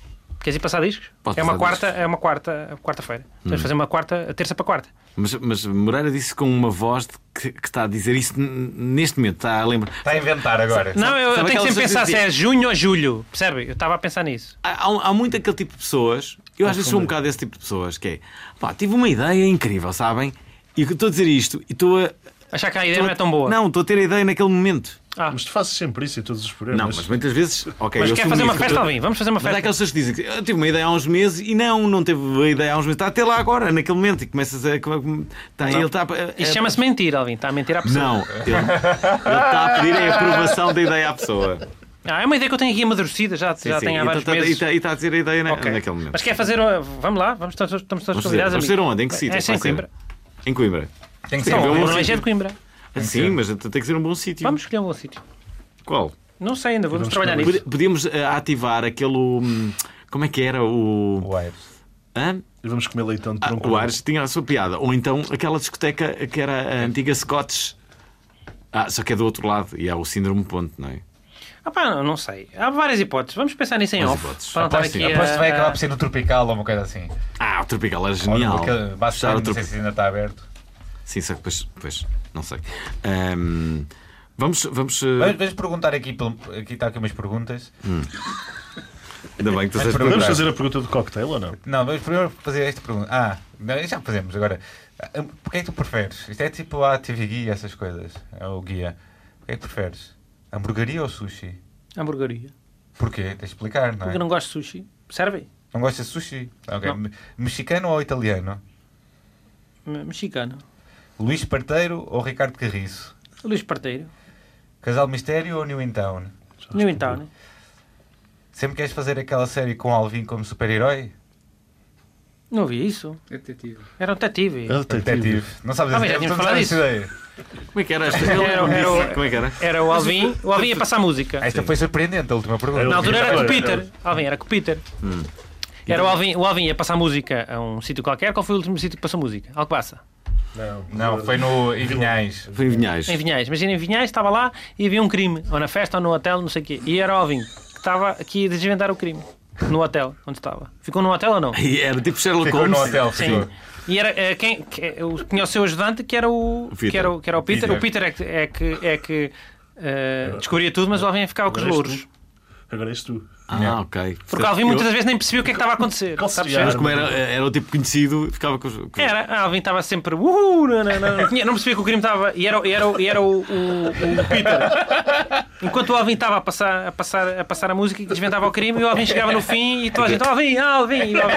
Speaker 4: Queres ir passar discos?
Speaker 1: Posso
Speaker 4: é uma
Speaker 1: passar Hum.
Speaker 4: quarta, é uma quarta, quarta-feira. Vamos fazer uma quarta, a terça para quarta.
Speaker 1: Mas, mas Moreira disse com uma voz de que, que está a dizer isso n- neste momento. Está a lembrar.
Speaker 7: Está a inventar agora.
Speaker 4: Não,
Speaker 1: sabe
Speaker 4: eu, eu tenho que
Speaker 1: aquelas
Speaker 4: sempre pensar
Speaker 1: pessoas que
Speaker 4: se é junho ou julho, percebe? Eu estava a pensar nisso.
Speaker 1: Há, há, há muito aquele tipo de pessoas. Eu às vezes sou um bocado desse tipo de pessoas. Que é. Pá, tive uma ideia incrível, sabem? E eu estou a dizer isto. E estou a.
Speaker 4: Achar que a ideia
Speaker 1: estou a-
Speaker 4: não é tão boa.
Speaker 1: Não, estou a ter a ideia naquele momento.
Speaker 4: Ah,
Speaker 5: Mas tu fazes sempre isso em todos os programas.
Speaker 1: Não, mas muitas vezes. ok
Speaker 4: mas
Speaker 1: eu
Speaker 4: quer
Speaker 1: assumo
Speaker 4: fazer uma
Speaker 1: isso,
Speaker 4: festa,
Speaker 1: estou-
Speaker 4: Alvin? Vamos fazer uma
Speaker 1: Mas há
Speaker 4: festa.
Speaker 1: aquelas pessoas que dizem que eu tive uma ideia há uns meses e não, não teve a ideia há uns meses. Está até lá agora, naquele momento. E começas a. como- Tá, ele está, a-
Speaker 4: Isto
Speaker 1: a-
Speaker 4: chama-se mentira, Alvin. Está a mentir à pessoa.
Speaker 1: Não, ele, ele está a pedir a aprovação da ideia à pessoa.
Speaker 4: Ah, é uma ideia que eu tenho aqui amadurecida, já, já
Speaker 1: Sim,
Speaker 4: tenho há
Speaker 1: e
Speaker 4: vários
Speaker 1: tá- tá-
Speaker 4: meses.
Speaker 1: E está a dizer a ideia na,
Speaker 4: Ok.
Speaker 1: naquele momento.
Speaker 4: Mas quer fazer. uh, Vamos lá, vamos, todos- estamos
Speaker 1: Vamos
Speaker 4: todos
Speaker 1: fazer,
Speaker 4: convidados.
Speaker 1: vamos
Speaker 4: amigo.
Speaker 1: fazer onde? Em que sítio?
Speaker 4: É
Speaker 1: Vai
Speaker 4: em
Speaker 1: ser?
Speaker 4: Coimbra.
Speaker 1: Em Coimbra.
Speaker 7: Tem que ser.
Speaker 1: Sim,
Speaker 4: Não,
Speaker 1: bom
Speaker 4: o Bruno
Speaker 1: sítio.
Speaker 4: Leixo é de Coimbra.
Speaker 1: Sim, mas tem que ser um bom sítio.
Speaker 4: Vamos É escolher um bom sítio.
Speaker 1: Qual?
Speaker 4: Não sei ainda, vamos
Speaker 5: Vamos
Speaker 4: trabalhar
Speaker 5: escolher
Speaker 1: Pod-
Speaker 4: nisso.
Speaker 1: Podíamos eh, ativar aquele. hum, Como é que era o.
Speaker 7: Wives.
Speaker 1: Hã?
Speaker 5: E vamos comer leitão de
Speaker 1: Ah,
Speaker 5: tronco.
Speaker 1: o Ares tinha a sua piada. Ou então aquela discoteca que era a antiga Scotch. Ah, só que é do outro lado e há o Síndrome Ponte, não é?
Speaker 4: Ah, pá, não, não sei. Há várias hipóteses. Vamos pensar nisso em
Speaker 1: Várias
Speaker 4: off.
Speaker 1: hipóteses.
Speaker 4: Para não estar
Speaker 7: Aposto
Speaker 4: aqui
Speaker 7: aposto que vai acabar
Speaker 4: a.
Speaker 7: por ser no Tropical ou uma coisa assim.
Speaker 1: Ah, o Tropical era
Speaker 7: Ou
Speaker 1: genial.
Speaker 7: no- aquele
Speaker 1: Fechar o
Speaker 7: Bastante, não sei
Speaker 1: Tropical.
Speaker 7: se ainda está aberto.
Speaker 1: Sim, só que depois, depois não sei. Ahm, vamos, vamos. eh,
Speaker 7: Vamos, vamos perguntar aqui, pelo- aqui está aqui umas perguntas.
Speaker 1: Ainda bem que tu sabes
Speaker 7: Vamos
Speaker 5: Vamos
Speaker 1: perguntar.
Speaker 5: fazer a pergunta do cocktail ou não?
Speaker 7: Não, vamos primeiro fazer esta pergunta. Ah, não, já fazemos agora. Ah, Porquê é que tu preferes? Isto é tipo a TV Guia, essas coisas. É o guia. Porquê é que preferes? Hamburgueria ou sushi?
Speaker 4: Hamburgueria.
Speaker 7: Porquê? Tens de explicar, não
Speaker 4: Porque
Speaker 7: é?
Speaker 4: eu
Speaker 7: Não...
Speaker 4: não gosto de sushi. Serve?
Speaker 7: gostas de sushi? Ok.
Speaker 4: Não.
Speaker 7: Me- Mexicano ou italiano?
Speaker 4: Me- Mexicano.
Speaker 7: Luís Parteiro ou Ricardo Carriço?
Speaker 4: Luís Parteiro.
Speaker 7: Casal Mistério ou New In Town?
Speaker 4: New in Town.
Speaker 7: Sempre queres fazer aquela série com Alvin como super-herói?
Speaker 4: Não vi isso.
Speaker 6: É detetive.
Speaker 4: Era um detetive.
Speaker 5: É o detetive.
Speaker 7: Não sabes
Speaker 4: Ah,
Speaker 7: essa
Speaker 4: mas já tínhamos
Speaker 7: não sabes
Speaker 4: falado
Speaker 7: essa ideia.
Speaker 1: Como é que era esta?
Speaker 4: Era- era-
Speaker 1: Como é que era?
Speaker 4: Era o Alvin. O Alvin ia passar música.
Speaker 7: Esta foi surpreendente, a última pergunta.
Speaker 5: Não,
Speaker 4: Na altura era com é o
Speaker 5: Era-
Speaker 4: Peter. Hum. Alvin era com o Peter. Era o Alvin, o Alvin ia passar música a um sítio qualquer. Qual foi o último sítio que passou música? Alcobaça.
Speaker 7: Não, foi no
Speaker 1: um
Speaker 7: em Vinhais.
Speaker 1: Foi em Vinhais.
Speaker 4: Em Vinhais. Imagina, em Vinhais estava lá e havia um crime. Ou na festa, ou no hotel, não sei o quê. E era o Alvin que estava aqui a desvendar o crime. No hotel, onde estava. Ficou no hotel ou não?
Speaker 1: E era tipo Sherlock
Speaker 7: Ficou
Speaker 1: Holmes.
Speaker 7: no hotel, ficou.
Speaker 4: Sim. E era eh, quem que- eu tinha o seu ajudante que era o,
Speaker 1: Peter.
Speaker 4: que era, o- que era o Peter.
Speaker 7: Peter.
Speaker 4: O Peter é que, é que, é que eh, descobria tudo, mas o Alvin ficava com os
Speaker 5: Agora és
Speaker 4: louros.
Speaker 5: tu. Agora és tu.
Speaker 1: Ah, ok.
Speaker 4: Porque o Alvin muitas
Speaker 1: Eu-
Speaker 4: das vezes nem percebia o que é que estava a acontecer.
Speaker 5: Qual
Speaker 4: Sabes?
Speaker 5: seria a
Speaker 1: Mas como era, era o tipo conhecido, ficava com os. com-
Speaker 4: Era, a Alvin estava sempre. Uhul, não, não, não, não, tinha- não percebia que o crime estava. E era, e era, e era o, o- o Peter. Enquanto o Alvin estava a passar, a, passar, a passar a música e desvendava o crime, e o Alvin chegava no fim e toda a gente. Alvin, Alvin! e o Alvin.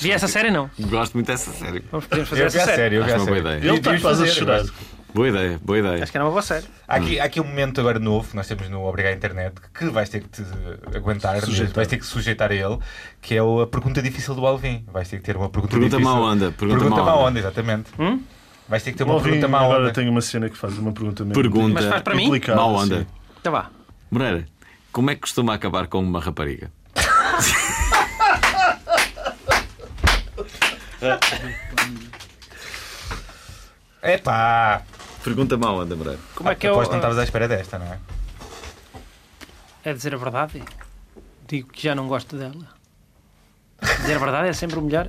Speaker 4: Vi essa série não.
Speaker 1: Gosto muito dessa série.
Speaker 4: Vamos podemos fazer
Speaker 7: Eu vi
Speaker 4: essa
Speaker 7: a
Speaker 4: série.
Speaker 7: série, eu vi
Speaker 1: é Acho
Speaker 7: a
Speaker 1: uma boa
Speaker 7: série.
Speaker 1: ideia.
Speaker 5: Ele está
Speaker 7: devíamos
Speaker 5: quase a
Speaker 7: fazer, eu
Speaker 5: chorar.
Speaker 7: acho.
Speaker 1: Boa ideia, boa ideia.
Speaker 4: Acho que é era uma boa série.
Speaker 7: Há aqui, há aqui um momento agora novo que nós temos no Obrigar à Internet que vais ter que te aguentar,
Speaker 5: Sujeitar.
Speaker 7: vais ter que sujeitar a ele, que é o- a pergunta difícil do Alvin. Vais ter que ter uma pergunta
Speaker 1: Pergunta
Speaker 7: difícil.
Speaker 1: má onda, pergunta má
Speaker 7: má
Speaker 1: onda.
Speaker 7: exatamente.
Speaker 4: Hum?
Speaker 7: Vais ter que ter
Speaker 5: O
Speaker 7: é uma
Speaker 5: Alvin
Speaker 7: pergunta má
Speaker 5: agora
Speaker 7: onda.
Speaker 5: tem uma cena que faz uma pergunta mesmo.
Speaker 1: Pergunta.
Speaker 4: Mas faz para mim?
Speaker 5: Complicada,
Speaker 1: Má onda.
Speaker 5: sim.
Speaker 4: Então vá.
Speaker 1: Moreira, como é que costuma acabar com uma rapariga?
Speaker 7: Epá!
Speaker 1: Pergunta má onda, Moreira.
Speaker 4: Como é que eu. é
Speaker 7: Aposto que não estavas à espera desta, não é?
Speaker 4: é dizer a verdade. Digo que já não gosto dela. Dizer a verdade é sempre o melhor.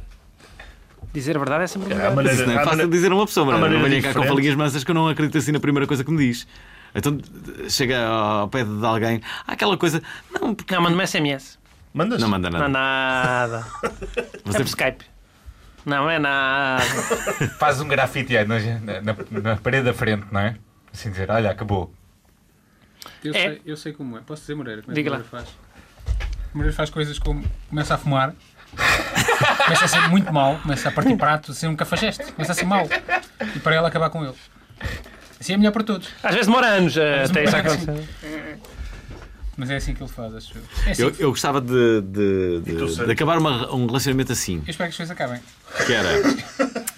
Speaker 4: Dizer a verdade é sempre o melhor.
Speaker 5: maneira-
Speaker 1: Isso não é
Speaker 5: há
Speaker 1: fácil
Speaker 5: maneira-
Speaker 1: de dizer a uma pessoa, Brandon. Não
Speaker 5: maneira
Speaker 1: venha cá com
Speaker 5: diferente.
Speaker 1: falinhas mansas que eu não acredito assim na primeira coisa que me diz. Então chega ao pé de alguém, há aquela coisa. Não, porque
Speaker 4: Não, manda-me SMS.
Speaker 5: Mandas?
Speaker 1: não manda
Speaker 4: Não é
Speaker 1: nada.
Speaker 4: nada. É
Speaker 1: Você-
Speaker 4: por Skype. Não é nada.
Speaker 2: Faz um grafite aí na, na- na- na parede da frente, não é? Assim dizer, olha, acabou.
Speaker 6: Eu,
Speaker 4: É.
Speaker 6: sei, eu sei como é. Posso dizer, Moreira? Como é
Speaker 4: Diga
Speaker 6: que
Speaker 4: lá.
Speaker 6: Moreira faz? Moreira faz coisas como começa a fumar, começa a ser muito mal, começa a partir prato, a ser um cafajeste, começa a ser mau. E para ela acabar com ele. Assim é melhor para todos.
Speaker 4: Às vezes demora anos eh, até isso
Speaker 6: demora anos.
Speaker 4: acontecer.
Speaker 6: Mas é assim que ele faz, acho eu. É assim.
Speaker 1: Eu,
Speaker 6: Eu,
Speaker 1: eu gostava de, de- de-
Speaker 5: tu, Sérgio?
Speaker 1: de acabar uma- um relacionamento assim,
Speaker 6: espero que as coisas acabem.
Speaker 1: que era,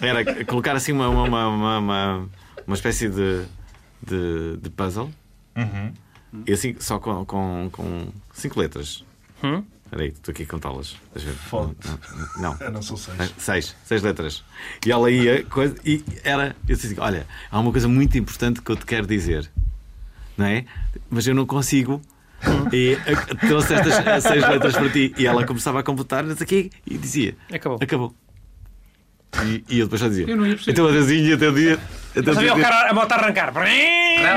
Speaker 1: era colocar assim uma, uma, uma, uma, uma- uma espécie de, de, de puzzle
Speaker 2: Uhum.
Speaker 1: e assim só com, com, com cinco letras.
Speaker 4: Hum?
Speaker 1: Espera aí, estou aqui a contá-las. Deixa eu ver.
Speaker 5: Fonte.
Speaker 1: Não.
Speaker 5: Ah, não são seis.
Speaker 1: Seis, seis letras. E ela ia, coisa, e era, eu disse assim, olha, há uma coisa muito importante que eu te quero dizer, não é? Mas eu não consigo. E eh, trouxe estas eh, seis letras para ti. E ela começava a completar não sei o quê, e dizia:
Speaker 4: Acabou.
Speaker 1: Acabou. E, e eu depois só dizia:
Speaker 6: Eu não ia perceber.
Speaker 1: Então, adeusinho, até tipo, o dia. Até o
Speaker 4: Mas
Speaker 1: dia.
Speaker 4: havia o cara a voltar a arrancar.
Speaker 2: Não,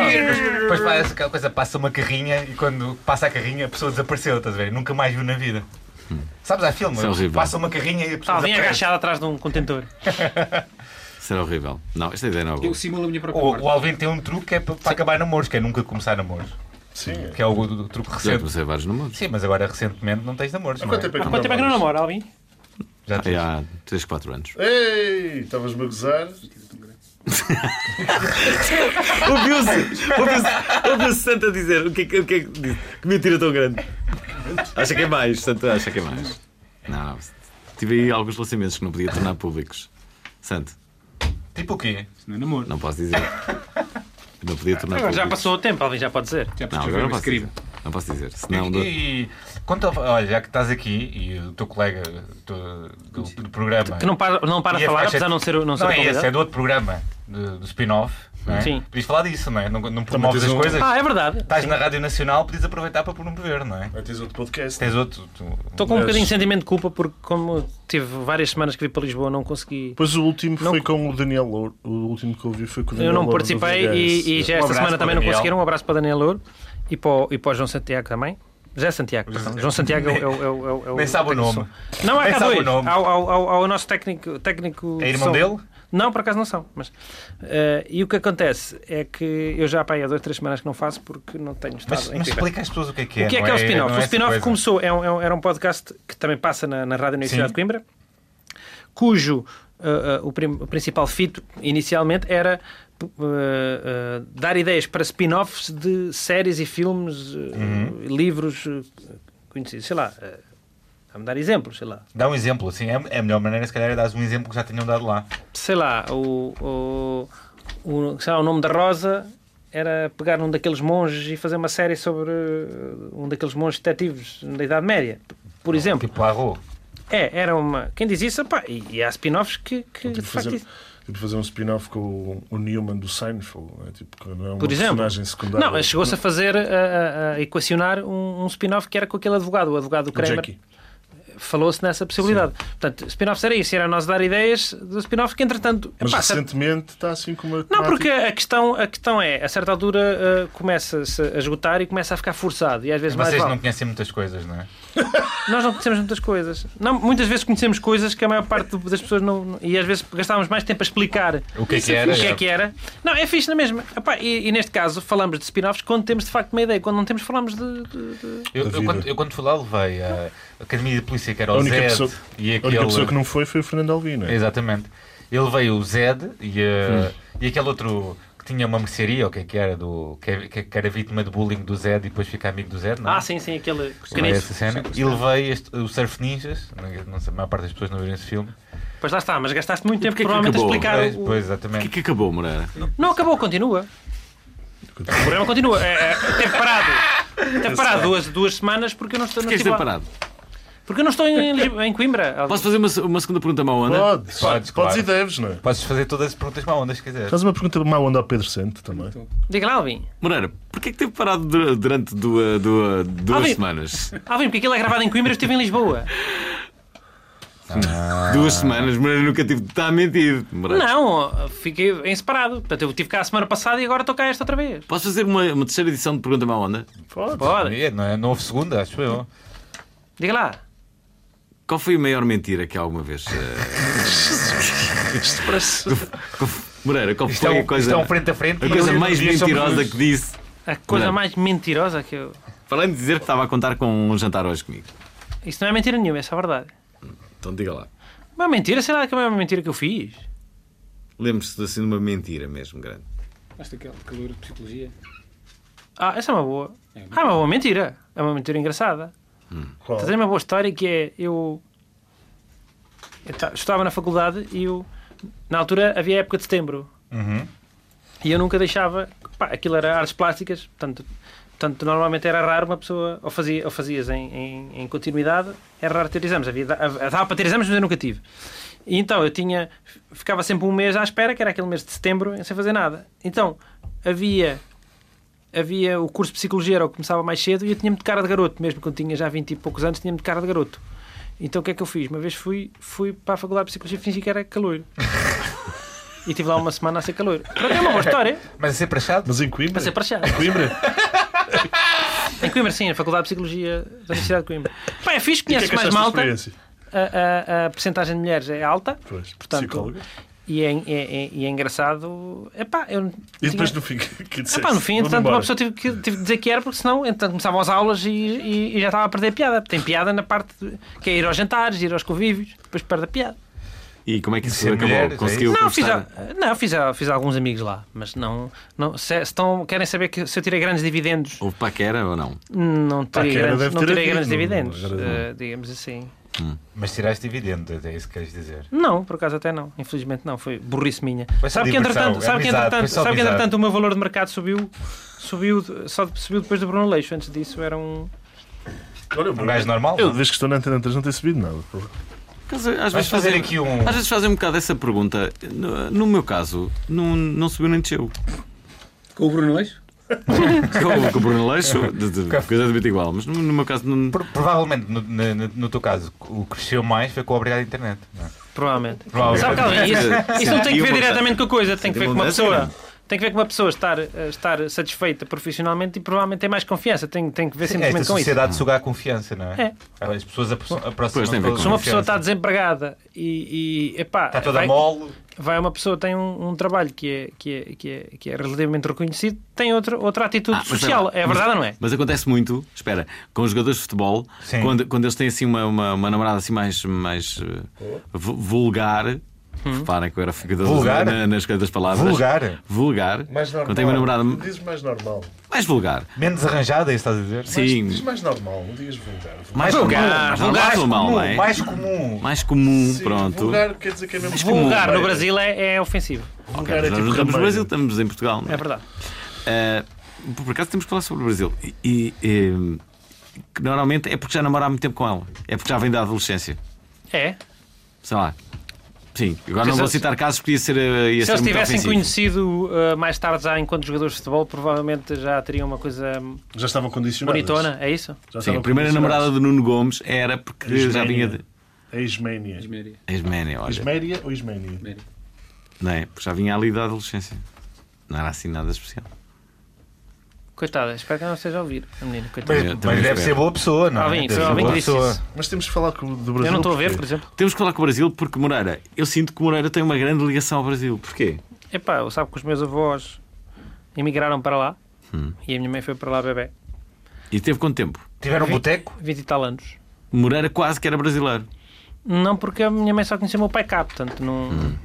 Speaker 2: depois, depois faz aquela coisa, passa uma carrinha e quando passa a carrinha a pessoa desapareceu, estás a ver? Nunca mais viu na vida. Sabes, há filme,
Speaker 1: Isso é horrível.
Speaker 2: passa uma carrinha e a pessoa
Speaker 4: Alguém
Speaker 2: desaparece.
Speaker 4: agachado atrás de um contentor.
Speaker 1: Será horrível. Não, esta ideia não é boa.
Speaker 6: Eu simulo a minha própria
Speaker 2: O, o
Speaker 6: morte.
Speaker 2: Alvin tem um truque que é para para acabar namoros, que é nunca começar namoros.
Speaker 5: Sim. é.
Speaker 2: Que é o, o truque
Speaker 1: Já
Speaker 2: recente.
Speaker 1: comecei vários namoros.
Speaker 2: Sim, mas agora recentemente não tens namoros.
Speaker 5: Há
Speaker 2: não é?
Speaker 5: quanto tempo é
Speaker 4: Há
Speaker 5: que
Speaker 4: quanto tempo é que não
Speaker 5: namoras?
Speaker 4: namora, Alvin?
Speaker 2: Já tens.
Speaker 1: É Há 3, 4 anos.
Speaker 5: Ei, estavas-me a gozar.
Speaker 1: Ouviu-se! Ouviu-se ouviu Santa dizer o que, é que- o que é que diz? Que mentira tão grande. Acha que é mais, Santa, acha que é mais. Não, tive aí alguns lançamentos que não podia tornar públicos. Santo,
Speaker 2: Tipo o quê?
Speaker 6: Isso não é namoro.
Speaker 1: não posso dizer. Não podia tornar
Speaker 4: Agora
Speaker 1: públicos.
Speaker 4: já passou o tempo, Alvin já pode dizer.
Speaker 6: Já
Speaker 1: Não,
Speaker 6: percebeu
Speaker 1: agora não
Speaker 6: esse
Speaker 1: posso
Speaker 6: crime.
Speaker 1: dizer. Não posso dizer.
Speaker 2: E,
Speaker 1: Senão. dou-
Speaker 2: e- quanto ao- olha, já que estás aqui e o teu colega do, do- do programa.
Speaker 4: Que não para, não para de
Speaker 7: é
Speaker 2: ia
Speaker 4: falar, apesar
Speaker 2: ficar chateado.
Speaker 4: de não ser, o- não ser
Speaker 2: é Não,
Speaker 4: o
Speaker 2: é esse, é
Speaker 4: convidado.
Speaker 2: do outro programa, do, do spin-off. não é?
Speaker 4: Sim.
Speaker 2: Podias falar disso, não é? Não, não promoves
Speaker 5: tens
Speaker 2: as
Speaker 5: um-
Speaker 2: coisas.
Speaker 4: Ah, é verdade.
Speaker 7: Tá.
Speaker 2: Estás na Rádio Nacional, podias aproveitar para promover, não é?
Speaker 5: Vai teres outro podcast.
Speaker 2: Tens outro. tu-
Speaker 4: Estou com um
Speaker 5: Mas-
Speaker 4: bocadinho de sentimento de culpa porque, como tive várias semanas que vim para Lisboa, não consegui.
Speaker 5: Depois o último
Speaker 4: Não-
Speaker 5: foi com o Daniel Louro. O último que eu vi foi com o Daniel
Speaker 4: Eu não
Speaker 5: Louro no
Speaker 4: participei
Speaker 5: VHS.
Speaker 4: e, e já
Speaker 2: Um
Speaker 4: esta
Speaker 2: abraço
Speaker 4: semana
Speaker 2: para
Speaker 4: também não
Speaker 2: Daniel.
Speaker 4: conseguiram. Um abraço para Daniel Louro e para, o- e para o João Santiago também. José Santiago, perdão. João Santiago é o. é o- é o- é o- é o-
Speaker 2: Nem sabe o nome.
Speaker 4: Não, há
Speaker 2: nem
Speaker 4: cá
Speaker 2: sabe o
Speaker 4: dois.
Speaker 2: nome.
Speaker 4: Há o- há o- há o- há o nosso técnico. técnico
Speaker 2: É
Speaker 4: de
Speaker 2: irmão
Speaker 4: som.
Speaker 2: dele?
Speaker 4: Não, por acaso não são. Mas, eh, e o que acontece é que eu já pá, aí há duas, três semanas que não faço porque não tenho estado
Speaker 2: Mas,
Speaker 4: em
Speaker 2: mas
Speaker 4: Coimbra.
Speaker 2: explica às pessoas o que é que é.
Speaker 4: O que é
Speaker 2: não
Speaker 4: que é o spin-off?
Speaker 2: Não
Speaker 4: o
Speaker 2: essa
Speaker 4: spin-off
Speaker 2: coisa.
Speaker 4: começou, é um- é um- era um podcast que também passa na, na Rádio Universidade
Speaker 2: Sim.
Speaker 4: de Coimbra, cujo ah, ah, o, prim- o principal fito inicialmente era p- ah, ah, dar ideias para spin-offs de séries e filmes, ah,
Speaker 2: Uhum.
Speaker 4: livros ah, conhecidos, sei lá. ah, Vamos dar exemplos, sei lá.
Speaker 2: Dá um exemplo, assim. É é a melhor maneira, se calhar, é dar um exemplo que já tinham dado lá.
Speaker 4: Sei lá, o, o, o, sei lá, o nome da Rosa era pegar um daqueles monges e fazer uma série sobre ah, um daqueles monges detetives da Idade Média, p- por exemplo.
Speaker 2: Tipo Arro.
Speaker 4: É, era uma. Quem diz isso, pá, e, e há spin-offs que, que
Speaker 5: Tipo
Speaker 4: de facto.
Speaker 5: fazer,
Speaker 4: isso-
Speaker 5: tipo fazer um spin-off com o, o Newman do Seinfeld, né? tipo, que não é uma
Speaker 4: Por exemplo.
Speaker 5: personagem secundária.
Speaker 4: Não, chegou-se a fazer, a, a- a equacionar um, um spin-off que era com aquele advogado, o advogado do
Speaker 5: O
Speaker 4: Kramer.
Speaker 5: Jackie.
Speaker 4: Falou-se nessa possibilidade. Portanto, spin-offs era isso, era nós dar ideias do spin-off que, entretanto.
Speaker 5: Mas
Speaker 4: epá, se-
Speaker 5: recentemente está assim com uma.
Speaker 4: Não,
Speaker 5: temática-
Speaker 4: porque a questão, a questão é, a certa altura ah, começa-se a esgotar e começa a ficar forçado. E às vezes mais
Speaker 2: Vocês
Speaker 4: vale.
Speaker 2: não conhecem muitas coisas, não é?
Speaker 4: Nós não conhecemos muitas coisas. Não, muitas vezes conhecemos coisas que a maior parte do- das pessoas não. não- E às vezes gastávamos mais tempo a explicar
Speaker 2: O que é que era?
Speaker 4: O que é que era? Não, é fixe na mesma. Epá, e, e neste caso falamos de spin-offs quando temos de facto uma ideia. Quando não temos, falamos de. de- de-
Speaker 2: Eu,
Speaker 5: Da
Speaker 2: eu
Speaker 5: vida.
Speaker 2: quando, eu quando fui lá levei a Academia de Polícia, que era
Speaker 5: A
Speaker 2: o
Speaker 5: única
Speaker 2: Zed
Speaker 5: pessoa-
Speaker 2: e
Speaker 5: A única
Speaker 2: aquele...
Speaker 5: pessoa que não é? foi foi o Fernando Alvino.
Speaker 2: Exatamente. Ele veio o Zed e, a-
Speaker 5: Hum.
Speaker 2: e aquele outro que tinha uma mercearia, ou o que é que era, do, que, é, que- que era vítima de bullying do Zed e depois fica amigo do Zed, não é?
Speaker 4: Ah, sim, sim, aquele
Speaker 2: Não é
Speaker 4: pequenito.
Speaker 2: essa cena. E levei este, o Surf Ninjas, não- não sei, a maior parte das pessoas não viram esse filme.
Speaker 4: Pois lá está, mas gastaste muito tempo
Speaker 1: Porquê que
Speaker 4: provavelmente
Speaker 1: acabou?
Speaker 4: a explicar.
Speaker 2: Pois,
Speaker 4: o-
Speaker 2: pois,
Speaker 1: O que é
Speaker 2: exatamente.
Speaker 1: que acabou, Moreira?
Speaker 4: Não acabou, continua. O programa
Speaker 1: é.
Speaker 4: continua. É, é, teve parado. Teve parado duas, duas semanas porque eu não estou não
Speaker 1: Fiquei
Speaker 4: estive lá.
Speaker 1: parado.
Speaker 4: Porque Porque eu não estou em, Lisboa- em Coimbra.
Speaker 1: Posso fazer uma, uma segunda pergunta mau onda?
Speaker 5: Podes, podes,
Speaker 2: Podes, claro.
Speaker 5: e deves, não é?
Speaker 2: Podes fazer todas as perguntas para onde se quiseres.
Speaker 5: Faz uma pergunta má onda ao Pedro Santo também.
Speaker 4: Diga lá, Alvin.
Speaker 1: Moreira, porquê é que teve parado dura- durante dua- dua- duas
Speaker 4: Alvin.
Speaker 1: semanas?
Speaker 4: Alvin, porque aquilo é gravado em Coimbra, eu estive em Lisboa.
Speaker 1: Duas semanas, Moreira nunca tive. Está a mentir. Moreira.
Speaker 4: Não, fiquei em separado. Portanto, eu estive cá a semana passada e agora estou cá esta outra vez.
Speaker 1: Posso fazer uma, uma terceira edição de pergunta má onda?
Speaker 5: Podes.
Speaker 4: Bora,
Speaker 2: É, Não, é? não houve segunda, acho eu.
Speaker 4: diga lá.
Speaker 1: Qual foi a maior mentira que alguma vez. eh,
Speaker 5: Isto parece.
Speaker 1: Moreira, qual
Speaker 2: Isto
Speaker 1: foi
Speaker 2: é,
Speaker 1: a
Speaker 2: um,
Speaker 1: coisa,
Speaker 2: isto é um frente a frente. é
Speaker 1: a
Speaker 2: um e
Speaker 1: coisa
Speaker 2: eu-
Speaker 1: mais
Speaker 2: e somos
Speaker 1: mentirosa
Speaker 2: os-
Speaker 1: que disse?
Speaker 4: A coisa
Speaker 1: Não.
Speaker 4: mais mentirosa que eu.
Speaker 1: Falando de dizer que estava a contar com um jantar hoje comigo.
Speaker 4: Isto não é mentira nenhuma, essa é a verdade.
Speaker 1: Então diga lá.
Speaker 4: Uma mentira, sei lá que é uma mentira que eu fiz.
Speaker 1: Lembre-se assim de uma mentira mesmo grande.
Speaker 6: Acho que é calor de psicologia.
Speaker 4: Ah, essa é uma boa. Ah, é uma boa mentira. É uma mentira engraçada.
Speaker 5: Qual?
Speaker 4: Estás a dizer uma boa história que é eu, eu ta- estava na faculdade e eu na altura havia época de setembro e eu nunca deixava pá, aquilo era artes plásticas portanto, portanto normalmente era raro uma pessoa ou, fazia, ou fazias em, em- em continuidade era raro ter exames havia, hav- dava para ter exames mas eu nunca tive e então eu tinha ficava sempre um mês à espera que era aquele mês de setembro sem fazer nada então havia havia o curso de psicologia era o que começava mais cedo e eu tinha-me de cara de garoto, mesmo quando tinha já 20 e poucos anos, tinha-me de cara de garoto. Então o que é que eu fiz? Uma vez fui, fui para a faculdade de psicologia e fingi que era calor. e tive lá uma semana a ser calor. Pronto, é uma boa história,
Speaker 2: Mas a ser prachado?
Speaker 5: Mas em Coimbra?
Speaker 4: é para ser praxado.
Speaker 5: Em Coimbra?
Speaker 4: Em Coimbra, sim, na Faculdade de Psicologia da Universidade de Coimbra. Pá, é fixe,
Speaker 5: E o que é
Speaker 4: conheces
Speaker 5: que
Speaker 4: mais
Speaker 5: achaste da
Speaker 4: malta.
Speaker 5: experiência?
Speaker 4: A, a, a percentagem de mulheres é alta
Speaker 5: Pois,
Speaker 4: Portanto,
Speaker 5: psicóloga.
Speaker 4: e é, é- é- e é engraçado. Epá, eu não-
Speaker 5: E depois
Speaker 4: tinha-
Speaker 5: no fim, que que disseste?
Speaker 4: Ah, pá, no fim,
Speaker 5: Vou-me
Speaker 4: entretanto,
Speaker 5: embora.
Speaker 4: uma pessoa tive que, tive que dizer que era, porque senão entretanto, começavam as aulas e, e- e já estava a perder a piada. Tem piada na parte de- que é ir aos jantares, ir aos convívios, depois perde a piada.
Speaker 1: E como é que isso
Speaker 2: Ser
Speaker 1: acabou?
Speaker 2: mulheres, é
Speaker 1: Conseguiu
Speaker 4: não, fiz,
Speaker 1: conquistar?
Speaker 4: a- não fiz, a- fiz alguns amigos lá, mas não. não se, se estão, querem saber que, se eu tirei grandes dividendos,
Speaker 1: Houve paquera ou não?
Speaker 4: não tirei
Speaker 5: Paquera
Speaker 4: grandes,
Speaker 5: deve
Speaker 4: não
Speaker 5: ter
Speaker 4: tirei
Speaker 5: havido,
Speaker 4: grandes
Speaker 5: não-
Speaker 4: dividendos,
Speaker 5: agora
Speaker 4: eh, digamos assim.
Speaker 2: Mas tiraste dividendos, é isso que queres dizer.
Speaker 4: Não, por acaso até não. Infelizmente não. Foi burrice minha.
Speaker 2: Foi só
Speaker 4: Sabe que,
Speaker 2: diversão,
Speaker 4: entretanto,
Speaker 2: é
Speaker 4: sabe, que,
Speaker 2: amizade,
Speaker 4: entretanto,
Speaker 2: foi só
Speaker 4: sabe que,
Speaker 2: amizade.
Speaker 4: entretanto, o meu valor de mercado subiu, subiu, de- só de- subiu depois do Bruno Leixo. Antes disso era um.
Speaker 5: Olha,
Speaker 2: Um gajo normal?
Speaker 5: Eu,
Speaker 2: não?
Speaker 5: desde que estou na Antena 3, não tenho subido nada. pô.
Speaker 1: Por acaso, Às
Speaker 2: Vamos
Speaker 1: vezes
Speaker 2: fazer
Speaker 1: fazem,
Speaker 2: aqui um.
Speaker 1: às vezes fazem um bocado essa pergunta. No, no meu caso, não, não subiu nem desceu.
Speaker 6: Com o Bruno Leixo?
Speaker 1: Com, com o Bruno Leixo, de- de- coisa de bit igual. Mas no, no meu caso, não,
Speaker 2: Pro- Provavelmente, no, no- no- no teu caso, o que cresceu mais foi com a obrigada à internet. não é?
Speaker 4: Provavelmente.
Speaker 2: Provavelmente.
Speaker 4: Sabe, Calvin, isso, isso não tem que ver
Speaker 1: Sim.
Speaker 4: diretamente com a coisa, tem que ver com uma
Speaker 1: Abundância,
Speaker 4: pessoa.
Speaker 1: grande.
Speaker 4: Tem que ver com uma pessoa estar, eh, estar satisfeita profissionalmente e provavelmente tem mais confiança. Tem, tem que ver
Speaker 2: Esta
Speaker 4: simplesmente com isso.
Speaker 2: sociedade suga a confiança, não é? As pessoas apro-
Speaker 1: Pois, tem a ver com
Speaker 2: aproximam pela
Speaker 4: Se uma pessoa
Speaker 2: confiança.
Speaker 4: está desempregada e, e epá,
Speaker 2: Está toda
Speaker 4: vai-
Speaker 2: mole.
Speaker 4: vai uma pessoa tem um, um trabalho que é, que, é, que, é, que é relativamente reconhecido, tem outra, outra atitude
Speaker 1: Ah, mas
Speaker 4: social.
Speaker 1: espera lá.
Speaker 4: É verdade ou não é?
Speaker 1: Mas acontece muito, espera, com os jogadores de futebol,
Speaker 2: Sim.
Speaker 1: quando, quando eles têm assim uma, uma, uma namorada assim mais, mais eh, vu- vulgar. Reparem que eu era ficador
Speaker 2: Vulgar?
Speaker 1: na- nas coisas das palavras.
Speaker 2: Vulgar?
Speaker 1: Vulgar.
Speaker 5: Mais normal. um
Speaker 1: Quando tem uma namorada
Speaker 5: Diz mais normal.
Speaker 1: mais vulgar.
Speaker 2: Menos arranjada, é isso que estás a dizer?
Speaker 1: Sim.
Speaker 5: Diz mais normal, diz vulgar.
Speaker 1: Mais
Speaker 4: vulgar,
Speaker 1: comum. Mais
Speaker 4: vulgar,
Speaker 1: normal,
Speaker 2: comum,
Speaker 1: não é? Mais,
Speaker 2: mais comum.
Speaker 1: comum,
Speaker 5: Sim,
Speaker 1: pronto.
Speaker 5: Vulgar quer dizer que é mesmo
Speaker 1: comum,
Speaker 4: Vulgar no
Speaker 5: é.
Speaker 4: Brasil é, é ofensivo.
Speaker 1: Ok,
Speaker 5: vulgar é
Speaker 1: mas nós não
Speaker 5: tipo
Speaker 1: estamos no
Speaker 5: rameiro.
Speaker 1: Brasil, estamos em Portugal. não é?
Speaker 4: É verdade.
Speaker 1: Ah, por acaso temos que falar sobre o Brasil. E, e, eh, que normalmente é porque já namora há muito tempo com ela. É porque já vem da adolescência.
Speaker 4: É.
Speaker 1: Sei lá. Sim, agora não
Speaker 4: se
Speaker 1: vou
Speaker 4: eles-
Speaker 1: citar casos porque ia ser. eh, Ia
Speaker 4: Se
Speaker 1: ser
Speaker 4: eles
Speaker 1: muito
Speaker 4: tivessem
Speaker 1: ofensivo.
Speaker 4: conhecido uh, mais tarde já enquanto jogadores de futebol, provavelmente já teriam uma coisa
Speaker 5: Já estavam condicionados.
Speaker 4: bonitona, é isso?
Speaker 1: Sim,
Speaker 5: Já estavam
Speaker 1: a primeira
Speaker 5: condicionados.
Speaker 1: namorada de Nuno Gomes era porque já vinha de.
Speaker 5: A Isménia.
Speaker 6: Esmeria.
Speaker 1: Isménia, olha.
Speaker 5: Isméria É ou Isménia?
Speaker 1: Não é? Porque já vinha ali da adolescência. Não era assim nada especial.
Speaker 4: Coitada, espero que ela não esteja a ouvir, a menina. Coitada.
Speaker 2: Mas,
Speaker 1: Eu
Speaker 2: mas
Speaker 1: também
Speaker 2: deve
Speaker 1: espero.
Speaker 2: ser boa pessoa, não é?
Speaker 4: Alvin,
Speaker 2: Deve
Speaker 4: foi
Speaker 2: ser
Speaker 4: Alvin
Speaker 2: boa
Speaker 4: que disse
Speaker 2: pessoa.
Speaker 4: isso.
Speaker 5: Mas temos que falar com o do Brasil.
Speaker 4: Eu não estou a ver,
Speaker 5: porque
Speaker 4: por exemplo.
Speaker 1: Temos que falar com o Brasil porque Moreira, eu sinto que Moreira tem uma grande ligação ao Brasil. Porquê?
Speaker 4: Epá, eu sabe que os meus avós emigraram para lá
Speaker 1: Hum.
Speaker 4: e a minha mãe foi para lá bebê.
Speaker 1: E teve quanto tempo?
Speaker 2: Tiveram um boteco?
Speaker 4: 20 e tal anos.
Speaker 1: Moreira quase que era brasileiro.
Speaker 4: Não, porque a minha mãe só conhecia o meu pai cá, portanto, não,
Speaker 1: Hum.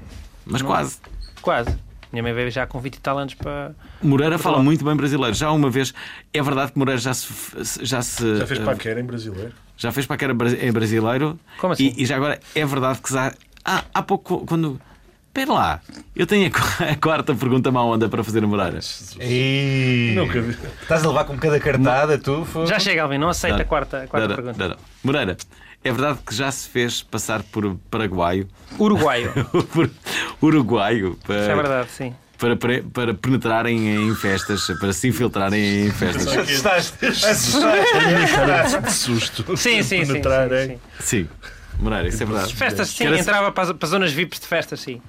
Speaker 1: Mas quase.
Speaker 4: quase. Minha mãe veio já com 20 e tal anos para.
Speaker 1: Moreira fala muito bem brasileiro. Já uma vez, é verdade que Moreira já se. Já, se, eh,
Speaker 5: Já fez paquera em brasileiro.
Speaker 1: já fez para que era bra- é brasileiro.
Speaker 4: Como assim?
Speaker 1: E, e já agora é verdade que já, há, há pouco quando. Espera lá, eu tenho a qu- a quarta pergunta má onda para fazer a Moreira.
Speaker 2: E...
Speaker 5: Nunca vi.
Speaker 2: Estás a levar com cada cartada, tu? Foi...
Speaker 4: Já chega, Alvin, não aceita
Speaker 1: Não,
Speaker 4: a quarta, a quarta
Speaker 1: Não, não,
Speaker 4: pergunta.
Speaker 1: não, não. Moreira, É verdade que já se fez passar por paraguaio,
Speaker 4: Uruguaio.
Speaker 1: por uruguaio,
Speaker 4: Isso é
Speaker 1: para,
Speaker 4: verdade, sim.
Speaker 1: para, pre- para penetrarem em festas, para se infiltrarem em
Speaker 4: é
Speaker 1: festas.
Speaker 2: Assustaste. Assustaste.
Speaker 5: A minha cara de de susto.
Speaker 4: Sim, sim, sim.
Speaker 5: Penetrar,
Speaker 4: sim,
Speaker 5: hein?
Speaker 4: sim.
Speaker 1: Sim, Moreira, isso é verdade.
Speaker 4: Festas, sim,
Speaker 1: Quero-
Speaker 4: entrava para, as- para as zonas VIPs de festas, sim.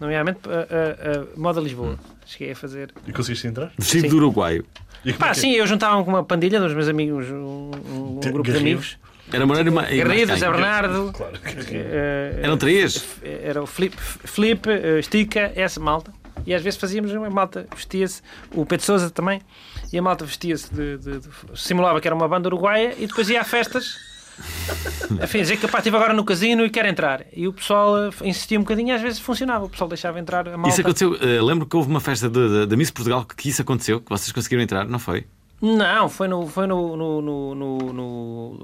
Speaker 4: Nomeadamente a, a, Moda Lisboa.
Speaker 1: Hum.
Speaker 4: Cheguei a fazer.
Speaker 5: E conseguiste entrar?
Speaker 1: Vestido
Speaker 4: Sim.
Speaker 1: do Uruguaio.
Speaker 5: E como
Speaker 4: Pá,
Speaker 5: é que é?
Speaker 4: sim, eu juntava-me com uma pandilha dos meus amigos, um, um
Speaker 5: Tem-
Speaker 4: grupo de
Speaker 5: Garrido?
Speaker 4: amigos.
Speaker 1: Era Moreira e ma- e mais
Speaker 4: Garrido,
Speaker 1: quem?
Speaker 4: Zé Bernardo.
Speaker 5: Claro que é.
Speaker 4: que,
Speaker 5: sim.
Speaker 4: eh,
Speaker 1: Eram três.
Speaker 4: era o Flip, Flip eh, Estica, essa malta. E às vezes fazíamos, a malta vestia-se, o Pedro Souza também, e a malta vestia-se, de, de- de- simulava que era uma banda uruguaia e depois ia a festas. Afim, dizer que pá, estive agora no casino e quero entrar. E o pessoal eh, insistia um bocadinho e às vezes funcionava. O pessoal deixava entrar a malta.
Speaker 1: Isso aconteceu. eh, lembro que houve uma festa da- da- da Miss Portugal que que isso aconteceu, que vocês conseguiram entrar, não foi?
Speaker 4: Não, foi no, foi no, no, no, no, no,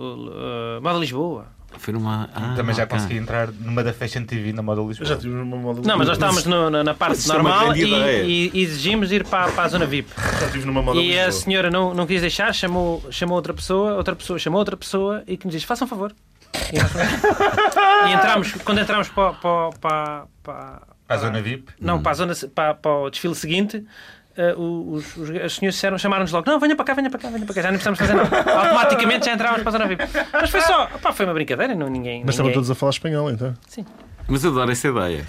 Speaker 4: eh, Moda Lisboa.
Speaker 1: Foi numa. Ah,
Speaker 2: Também já
Speaker 1: ok.
Speaker 2: consegui entrar numa da Fashion TV na moda
Speaker 5: Eu já
Speaker 2: Lisboa.
Speaker 5: tive uma moda
Speaker 4: Não, mas nós estávamos no- na, na parte
Speaker 1: Isso é uma
Speaker 4: normal
Speaker 1: grande
Speaker 4: e,
Speaker 1: ideia.
Speaker 4: e- e exigimos ir para, para a zona VIP.
Speaker 5: Já tive numa moda
Speaker 4: E a
Speaker 5: Lisboa.
Speaker 4: senhora não, não quis deixar, chamou, chamou outra pessoa, outra pessoa chamou outra pessoa e que nos diz: façam favor. E, nós fomos. E entramos, quando entramos para, para, para, para-
Speaker 2: À zona VIP.
Speaker 4: não, para, a zona, se- para, para o desfile seguinte. eh, os, os, os senhores disseram- chamaram-nos logo: Não, venham para cá, venham para cá, venham para cá. Já não precisamos fazer nada. Automaticamente já entrávamos para a zona VIP. Mas foi só, pá, foi uma brincadeira, não, ninguém.
Speaker 5: Mas estavam
Speaker 4: ninguém-
Speaker 5: todos a falar espanhol, então.
Speaker 1: Mas eu adoro essa ideia.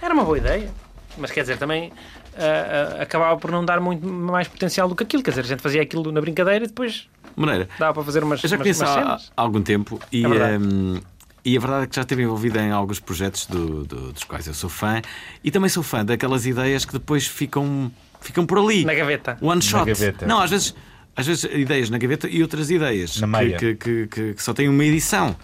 Speaker 4: Era uma boa ideia, mas quer dizer, também ah, ah, acabava por não dar muito mais potencial do que aquilo. Quer dizer, a gente fazia aquilo na brincadeira e depois
Speaker 1: Moreira,
Speaker 4: dava para fazer umas,
Speaker 1: eu já
Speaker 4: umas, umas
Speaker 1: conheço há,
Speaker 4: cenas.
Speaker 1: há algum tempo e.
Speaker 4: É verdade.
Speaker 1: ehm, e a verdade é que já esteve envolvida em alguns projetos do- do- dos quais eu sou fã e também sou fã daquelas ideias que depois ficam, ficam por ali.
Speaker 4: Na gaveta.
Speaker 1: One shot.
Speaker 2: gaveta.
Speaker 1: Não, às vezes, às vezes ideias na gaveta e outras ideias
Speaker 2: Na
Speaker 1: que-
Speaker 2: meia.
Speaker 1: que, que- que- que só têm uma edição.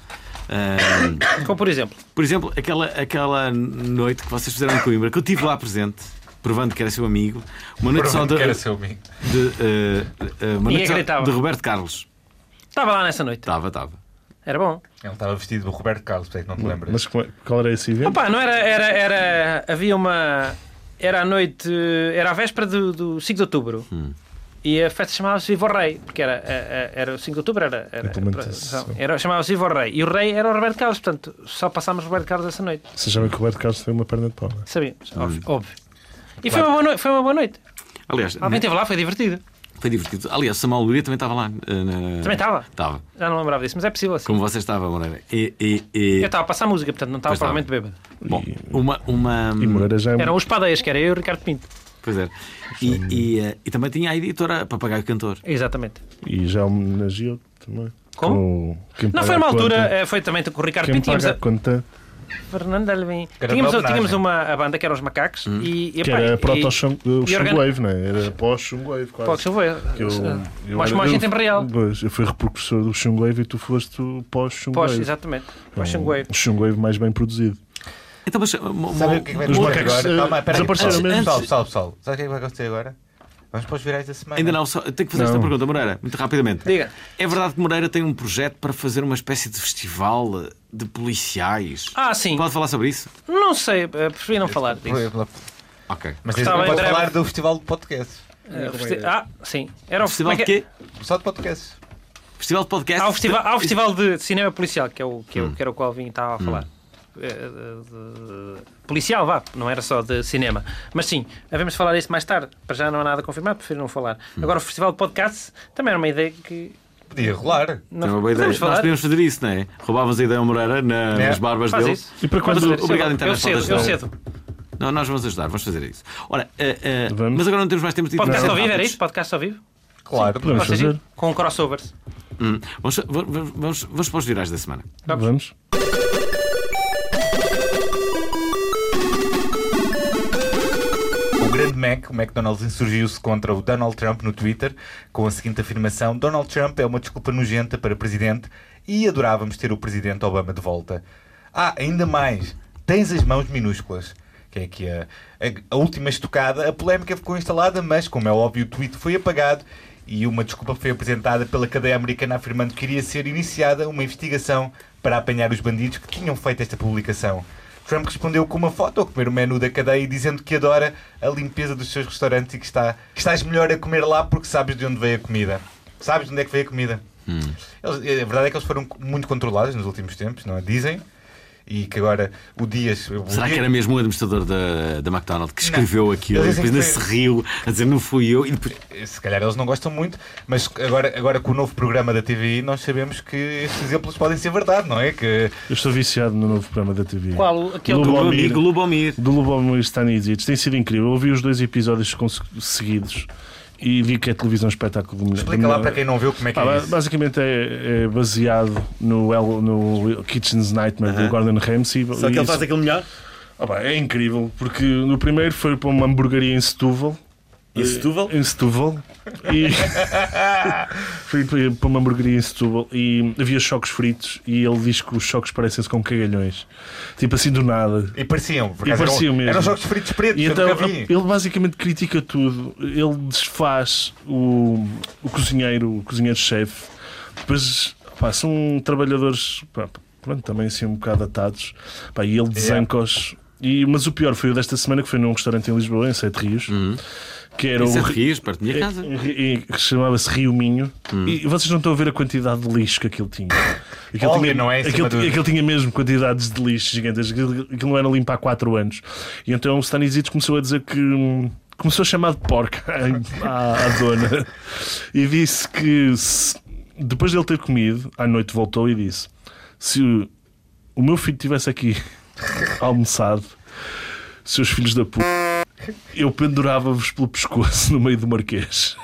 Speaker 1: Ehm, Ahm,
Speaker 4: Como por exemplo,
Speaker 1: por exemplo, aquela, aquela noite que vocês fizeram em Coimbra, que eu estive lá presente, provando que era seu amigo, uma noite só
Speaker 2: Pronto,
Speaker 1: de,
Speaker 2: que era seu amigo.
Speaker 1: de, eh, eh, uma
Speaker 4: E
Speaker 1: noite só
Speaker 4: gritava.
Speaker 1: de Roberto Carlos.
Speaker 4: estava lá nessa noite.
Speaker 1: Estava, estava.
Speaker 4: Era bom.
Speaker 2: Ele estava vestido do Roberto Carlos, portanto não te lembras.
Speaker 5: Mas como é- qual era esse evento?
Speaker 4: Opa, não era, era, era. Havia uma. Era a noite. Era a véspera do, do 5 de outubro. E a festa chamava-se Viva o Rei, porque era, eh, eh, era o 5 de outubro, era. era,
Speaker 5: Implementação.
Speaker 4: era chamava-se Viva o Rei. E o Rei era o Roberto Carlos, portanto, só passámos Roberto Carlos essa noite.
Speaker 5: Vocês sabem que o Roberto Carlos tem uma perna de pau. não é?
Speaker 4: Sabíamos, óbvio. óbvio. E foi uma boa noite. Foi uma boa noite.
Speaker 1: Aliás,
Speaker 5: Hum.
Speaker 1: né,
Speaker 4: Alguém esteve lá, foi divertido.
Speaker 1: foi divertido. Aliás, Samuel Luria também estava lá. eh, na-
Speaker 4: Também estava.
Speaker 1: Estava.
Speaker 4: Já não lembrava disso, mas é possível assim.
Speaker 1: Como você estava, Moreira. E, e- e-
Speaker 5: é?
Speaker 4: Eu estava a passar música, portanto não estava
Speaker 1: Pois estava.
Speaker 4: provavelmente bêbado.
Speaker 1: Bom, uma. uma
Speaker 5: E Moreira já é
Speaker 4: Eram os padeiros, que era um- eu e o Ricardo Pinto.
Speaker 1: Pois era. E, e, eh, e também tinha a editora Papagaio Cantor.
Speaker 4: Exatamente.
Speaker 5: E já homenageou também.
Speaker 4: Como?
Speaker 5: Com quem
Speaker 4: Não
Speaker 5: paga
Speaker 4: foi uma
Speaker 5: a conta.
Speaker 4: altura, eh, foi também com o Ricardo
Speaker 5: Quem
Speaker 4: Pinto. Tínhamos
Speaker 5: paga
Speaker 4: a...
Speaker 5: a conta,
Speaker 4: Fernando Alvim.
Speaker 2: Era
Speaker 4: Tínhamos,
Speaker 2: uma homenagem.
Speaker 4: tínhamos uma a banda que eram os Macacos e, e,
Speaker 5: Hum. que
Speaker 4: epá,
Speaker 5: era
Speaker 4: e- e organ-
Speaker 5: proto-Shungwave, não é? Era pós-Shungwave, quase.
Speaker 4: Pá, que chuva,
Speaker 5: Que eu- eu
Speaker 4: Mas
Speaker 5: era-
Speaker 4: um eh, mais em
Speaker 5: eu-
Speaker 4: tempo real.
Speaker 5: Pois, eu fui um repercussor do Shungwave e tu foste o
Speaker 4: Pós,
Speaker 5: pós-Shungwave.
Speaker 4: exatamente.
Speaker 5: Um-
Speaker 4: Pós Shungwave.
Speaker 5: Um Shungwave mais bem produzido.
Speaker 1: Então, mas. mo-
Speaker 2: Sabe
Speaker 1: mo-
Speaker 2: o que é que vai
Speaker 5: Os
Speaker 2: acontecer
Speaker 5: macacos,
Speaker 2: agora?
Speaker 5: eh,
Speaker 2: Calma, peraí.
Speaker 5: desapareceram
Speaker 2: Pessoal,
Speaker 5: mesmo.
Speaker 2: Pessoal, pessoal, pessoal. Sabe o que é que vai acontecer agora? Vamos para os virais da semana.
Speaker 1: Ainda não, só, tenho que fazer esta
Speaker 5: Não.
Speaker 1: pergunta, Moreira, muito rapidamente.
Speaker 4: Diga.
Speaker 1: É verdade que Moreira tem um projeto para fazer uma espécie de festival eh, de policiais.
Speaker 4: Ah, sim.
Speaker 1: Pode falar sobre isso?
Speaker 4: Não sei, eh, preferi não falar disso.
Speaker 1: Ok.
Speaker 2: Mas
Speaker 4: Está
Speaker 2: não
Speaker 4: bem,
Speaker 2: pode
Speaker 4: breve.
Speaker 2: falar do festival de podcasts.
Speaker 4: Eh, festi- Ah, sim. Era o
Speaker 1: Festival
Speaker 4: como
Speaker 1: de
Speaker 4: é que é?
Speaker 1: quê?
Speaker 2: Só de podcasts.
Speaker 1: Festival É tipo de Hum. podcast?
Speaker 4: Há o festival, há o festival de cinema policial, que, é o, que, é o, que era o qual vim estava a falar. Eh, de- de- Policial, vá, não era só de cinema. Mas sim, havemos de falar isso mais tarde. Para já não há nada confirmado, prefiro não falar.
Speaker 1: Hum.
Speaker 4: Agora, o Festival de Podcasts também era uma ideia que.
Speaker 2: Podia rolar.
Speaker 1: É
Speaker 4: Não
Speaker 1: uma boa ideia.
Speaker 4: podemos
Speaker 1: Nós
Speaker 4: falar.
Speaker 1: podíamos fazer isso, não é? Roubávamos a ideia ao Moreira na-
Speaker 2: É.
Speaker 1: nas barbas
Speaker 4: Faz
Speaker 1: dele.
Speaker 4: isso.
Speaker 5: E para quando-
Speaker 1: Mas, obrigado, então,
Speaker 4: eu
Speaker 1: mas
Speaker 4: cedo,
Speaker 1: pode
Speaker 4: eu
Speaker 1: ajudar.
Speaker 4: cedo.
Speaker 1: Não, nós vamos ajudar, vamos fazer isso. Ora, eh, eh,
Speaker 5: Vamos.
Speaker 1: mas agora não temos mais tempo de
Speaker 4: Podcast
Speaker 1: Não.
Speaker 4: ao vivo, era isso? Podcast ao vivo?
Speaker 2: Claro.
Speaker 5: Podemos
Speaker 4: Vocês
Speaker 5: fazer.
Speaker 4: dizem? Com crossovers.
Speaker 1: Hum. Vamos, vamos, vamos, vamos para os virais da semana.
Speaker 4: Vamos.
Speaker 5: Vamos.
Speaker 2: O grande Mac, o McDonald's, insurgiu-se contra o Donald Trump no Twitter com a seguinte afirmação: Donald Trump é uma desculpa nojenta para presidente e adorávamos ter o presidente Obama de volta. Ah, ainda mais, tens as mãos minúsculas. Que é que a, a- a última estocada, a polémica ficou instalada, mas como é óbvio, o tweet foi apagado e uma desculpa foi apresentada pela cadeia americana afirmando que iria ser iniciada uma investigação para apanhar os bandidos que tinham feito esta publicação. Trump respondeu com uma foto a comer o menu da cadeia e dizendo que adora a limpeza dos seus restaurantes e que, está, que estás melhor a comer lá porque sabes de onde veio a comida. Sabes de onde é que veio a comida?
Speaker 1: Hum.
Speaker 2: Eles- a verdade é que eles foram muito controlados nos últimos tempos, não é? Dizem. E que agora o Dias. o
Speaker 1: Será que
Speaker 2: Dias-
Speaker 1: era mesmo o administrador da, da McDonald's que escreveu aquilo
Speaker 2: Ele
Speaker 1: e
Speaker 2: disse
Speaker 1: depois ainda
Speaker 2: que
Speaker 1: se riu a dizer não fui eu e depois
Speaker 2: se calhar eles não gostam muito, mas agora, agora com o novo programa da TVI nós sabemos que estes exemplos podem ser verdade, não é? Que
Speaker 5: Eu estou viciado no novo programa da TV.
Speaker 4: Qual? Aquele
Speaker 5: Lubomir.
Speaker 1: meu amigo Lubomir.
Speaker 5: Do Lubomir Stanisic. Tem sido incrível. Eu ouvi os dois episódios conse- seguidos e vi que é televisão espetáculo. de-
Speaker 2: explica lá para quem não viu como é que
Speaker 5: Pá,
Speaker 2: é
Speaker 5: ba-
Speaker 2: isso.
Speaker 5: basicamente é, é baseado no, El- no Kitchen's Nightmare do Gordon Ramsay.
Speaker 7: Só que
Speaker 5: E
Speaker 7: ele
Speaker 5: isso-
Speaker 7: faz aquilo melhor.
Speaker 5: Ah, pá, é incrível, porque no primeiro foi para uma hamburgueria em Setúbal.
Speaker 7: Em Setúbal?
Speaker 5: Em Setúbal. E... foi para para uma hamburgueria em Setúbal e havia chocos fritos e ele diz que os chocos parecem-se com cagalhões. Tipo assim do nada.
Speaker 2: E pareciam, por
Speaker 5: E
Speaker 2: acaso,
Speaker 5: pareciam
Speaker 2: eram,
Speaker 5: mesmo.
Speaker 2: eram jogos fritos pretos,
Speaker 5: E
Speaker 2: eu
Speaker 5: então
Speaker 2: nunca vi.
Speaker 5: ele basicamente critica tudo. Ele desfaz o, o cozinheiro, o cozinheiro-chefe. Depois, pá, são trabalhadores, pá, pronto, também assim um bocado atados. Pá, e
Speaker 2: É.
Speaker 5: ele desanca-os. E, mas o pior foi o desta semana, que foi num restaurante em Lisboa, em Sete Rios,
Speaker 2: Uhum.
Speaker 5: que era
Speaker 1: Isso é
Speaker 5: o,
Speaker 1: de rios, perto da minha casa.
Speaker 5: um e- e- que chamava-se Rio Minho.
Speaker 2: Hum.
Speaker 5: E vocês não estão a ver a quantidade de lixo que aquilo tinha. Aquilo,
Speaker 2: Óleo,
Speaker 5: tinha,
Speaker 2: não é? Em
Speaker 5: aquilo,
Speaker 2: cima do-
Speaker 5: aquilo tinha mesmo quantidades de lixo gigantes. Aquilo, aquilo não era limpo há 4 anos. E então o Stanisic começou a dizer que. hum, Começou a chamar de porca à- à, à dona e disse que se- depois dele ter comido, à noite voltou e disse: Se o, o meu filho estivesse aqui almoçado, seus filhos da puta, eu pendurava-vos pelo pescoço no meio do Marquês.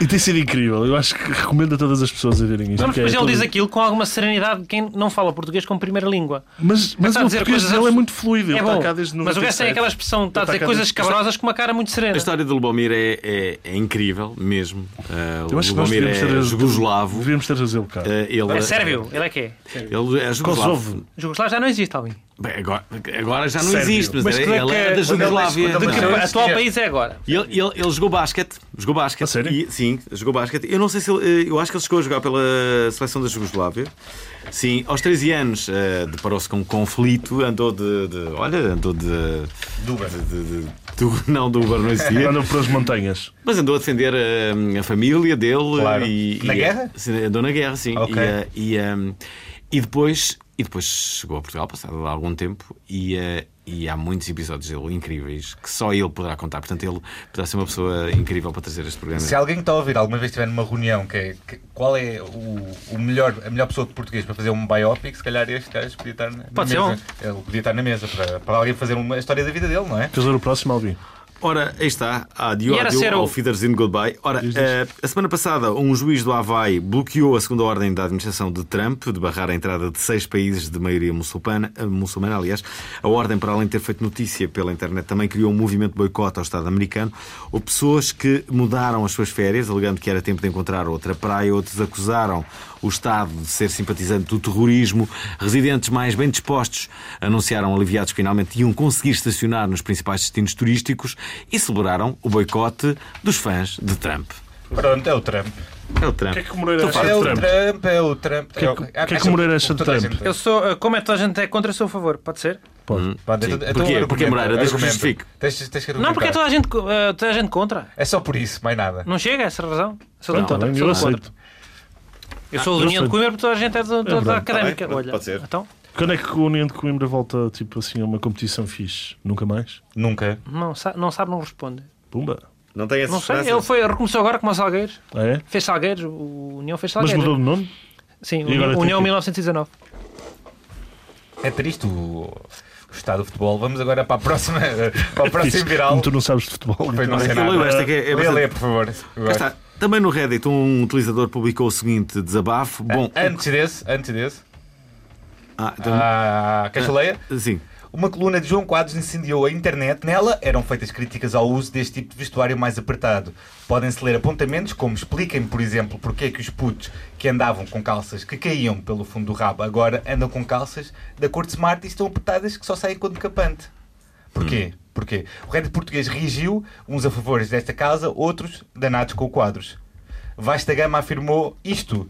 Speaker 5: e tem sido incrível. Eu acho que recomendo a todas as pessoas a verem isto.
Speaker 4: Mas
Speaker 5: porque é
Speaker 4: depois ele
Speaker 5: todo-
Speaker 4: diz aquilo com alguma serenidade de quem não fala português como primeira língua.
Speaker 5: Mas, mas
Speaker 4: está a
Speaker 5: o
Speaker 4: dizer
Speaker 5: português
Speaker 4: coisas
Speaker 5: dele é
Speaker 4: abs-
Speaker 5: muito fluido. Ele
Speaker 4: é
Speaker 5: está
Speaker 4: bom.
Speaker 5: cá desde
Speaker 4: mas o gajo tem
Speaker 5: 97.
Speaker 4: aquela expressão, está a
Speaker 5: Ele está
Speaker 4: dizer
Speaker 5: cá
Speaker 4: coisas
Speaker 5: desde-
Speaker 4: escabrosas com uma cara muito serena.
Speaker 1: A história do Lubomir é, é- é incrível mesmo. Ah,
Speaker 5: Eu
Speaker 1: o
Speaker 5: acho que nós
Speaker 1: Lubomir
Speaker 5: devíamos
Speaker 1: é
Speaker 5: ter,
Speaker 1: jugoslavo.
Speaker 5: devíamos ter trazido cá.
Speaker 1: Ah, ele,
Speaker 4: É sérvio, ele é que é.
Speaker 1: Ele é jugoslavo.
Speaker 5: Kosovo.
Speaker 4: Jugoslavo já não existe, Alvin.
Speaker 1: Bem, agora, agora já não
Speaker 5: Sérvio.
Speaker 1: existe, mas,
Speaker 4: Mas
Speaker 1: era-
Speaker 4: quando é
Speaker 1: ele
Speaker 4: que-
Speaker 1: era da
Speaker 4: quando
Speaker 2: ele-
Speaker 1: Jugoslávia.
Speaker 2: quando
Speaker 4: Do
Speaker 2: ele-
Speaker 4: que
Speaker 1: Não.
Speaker 2: não
Speaker 4: o atual
Speaker 2: existia.
Speaker 4: país é agora.
Speaker 1: E Ele, ele, ele jogou basquete. Jogou basquete.
Speaker 5: A sério?
Speaker 1: E- sim, jogou basquete. Eu não sei se ele. eh, Eu acho que ele chegou a jogar pela seleção da Jugoslávia. Sim, aos 13 anos eh, deparou-se com um conflito. Andou de. de- olha, andou de.
Speaker 2: Do Uber.
Speaker 1: de- de- de- do- não, do Uber não existia.
Speaker 5: Andam pelas montanhas.
Speaker 1: Mas andou a defender eh, a, família dele.
Speaker 2: Claro.
Speaker 1: E,
Speaker 2: Na
Speaker 1: e-
Speaker 2: guerra?
Speaker 1: Sim, andou na guerra, sim.
Speaker 2: Ok.
Speaker 1: E, eh, E, eh, e depois. E depois chegou a Portugal, passado algum tempo, e, eh, e há muitos episódios dele incríveis que só ele poderá contar. Portanto, ele poderá ser uma pessoa incrível para trazer este programa.
Speaker 2: Se alguém que está a ouvir alguma vez estiver numa reunião, que, é- que- qual é o, o melhor, a melhor pessoa de português para fazer um biopic, se calhar este gajo podia estar na, na
Speaker 4: Pode ser
Speaker 2: mesa.
Speaker 1: um.
Speaker 2: Ele podia estar na mesa para, para alguém fazer uma história da vida dele, não é?
Speaker 5: Queres ler o próximo, Alvin?
Speaker 1: Ora, aí está. Adio,
Speaker 4: E era ser
Speaker 1: adio,
Speaker 4: o-
Speaker 1: ao Fiderzin Goodbye. Ora,
Speaker 5: Diz, diz.
Speaker 1: eh, a semana passada, um juiz do Havaí bloqueou a segunda ordem da administração de Trump de barrar a entrada de seis países de maioria muçulmana. eh, muçulmana aliás. A ordem, para além de ter feito notícia pela internet, também criou um movimento de boicote ao Estado americano. Houve pessoas que mudaram as suas férias, alegando que era tempo de encontrar outra praia. Outros acusaram o Estado de ser simpatizante do terrorismo. Residentes mais bem dispostos anunciaram aliviados que finalmente iam conseguir estacionar nos principais destinos turísticos e celebraram o boicote dos fãs de Trump.
Speaker 2: Pronto, é o Trump.
Speaker 1: É o Trump.
Speaker 5: O que é que o Moreira
Speaker 1: Estou farto
Speaker 5: acha
Speaker 2: É
Speaker 1: de
Speaker 2: o
Speaker 1: Trump.
Speaker 2: Trump. é o Trump.
Speaker 5: que é que- que é que o Moreira acha de Trump?
Speaker 4: Eu sou, uh, como é que toda a gente é contra, sou a favor, pode ser?
Speaker 2: é
Speaker 1: Sim. Porquê? Porque, Moreira, deixa que justifique.
Speaker 2: Tens, tens que
Speaker 4: Não, porque é
Speaker 2: argumentar.
Speaker 4: toda a gente, co- uh, toda a gente contra.
Speaker 2: É só por isso, mais nada.
Speaker 4: Não chega a essa razão. Sou de
Speaker 1: Não,
Speaker 4: contra.
Speaker 5: Alvin?
Speaker 4: sou
Speaker 5: Eu
Speaker 4: de
Speaker 5: aceito.
Speaker 4: contra. Eu sou da União de
Speaker 5: aceito.
Speaker 4: Coimbra porque toda a gente é da- da da
Speaker 5: verdade.
Speaker 4: académica.
Speaker 7: Tá bem,
Speaker 4: Olha,
Speaker 7: pode ser.
Speaker 4: Então,
Speaker 5: Quando é que o União de Coimbra volta tipo assim, a uma competição fixe? Nunca mais?
Speaker 2: Nunca.
Speaker 4: não, sa- não sabe, não responde.
Speaker 5: Pumba.
Speaker 7: Não tem essa
Speaker 4: Não sei,
Speaker 7: esperança.
Speaker 4: ele foi, recomeçou agora como o Salgueiros.
Speaker 5: Ah, é?
Speaker 4: Fez Salgueiros, o União fez
Speaker 5: Mas
Speaker 4: Salgueiros.
Speaker 5: mudou de nome?
Speaker 4: Sim,
Speaker 5: E agora
Speaker 4: União,
Speaker 5: tem
Speaker 4: União
Speaker 5: que-
Speaker 4: 1919.
Speaker 2: É triste o, o estado do futebol. Vamos agora para a próxima, para o próximo
Speaker 5: Isso,
Speaker 2: viral.
Speaker 5: Como tu não sabes de futebol. né?
Speaker 2: Pois não sei
Speaker 1: Esta
Speaker 2: nada.
Speaker 1: leu, esta que é- é
Speaker 2: Lê,
Speaker 1: bastante-
Speaker 2: lê, por favor.
Speaker 1: Cá está. Também no Reddit, um utilizador publicou o seguinte desabafo. Bom,
Speaker 7: É,
Speaker 2: Antes desse, antes desse.
Speaker 1: ah, então-
Speaker 2: Ah, queres que eu leia?
Speaker 1: sim.
Speaker 2: Uma coluna de João Quadros incendiou a internet. Nela eram feitas críticas ao uso deste tipo de vestuário mais apertado. Podem-se ler apontamentos como expliquem, por exemplo, porque é que os putos que andavam com calças que caíam pelo fundo do rabo agora andam com calças da cor de smart e estão apertadas que só saem quando capante. Porquê? Porquê? O Reddit português reagiu, uns a favor desta causa, outros danados com quadros. Vasta Gama afirmou isto.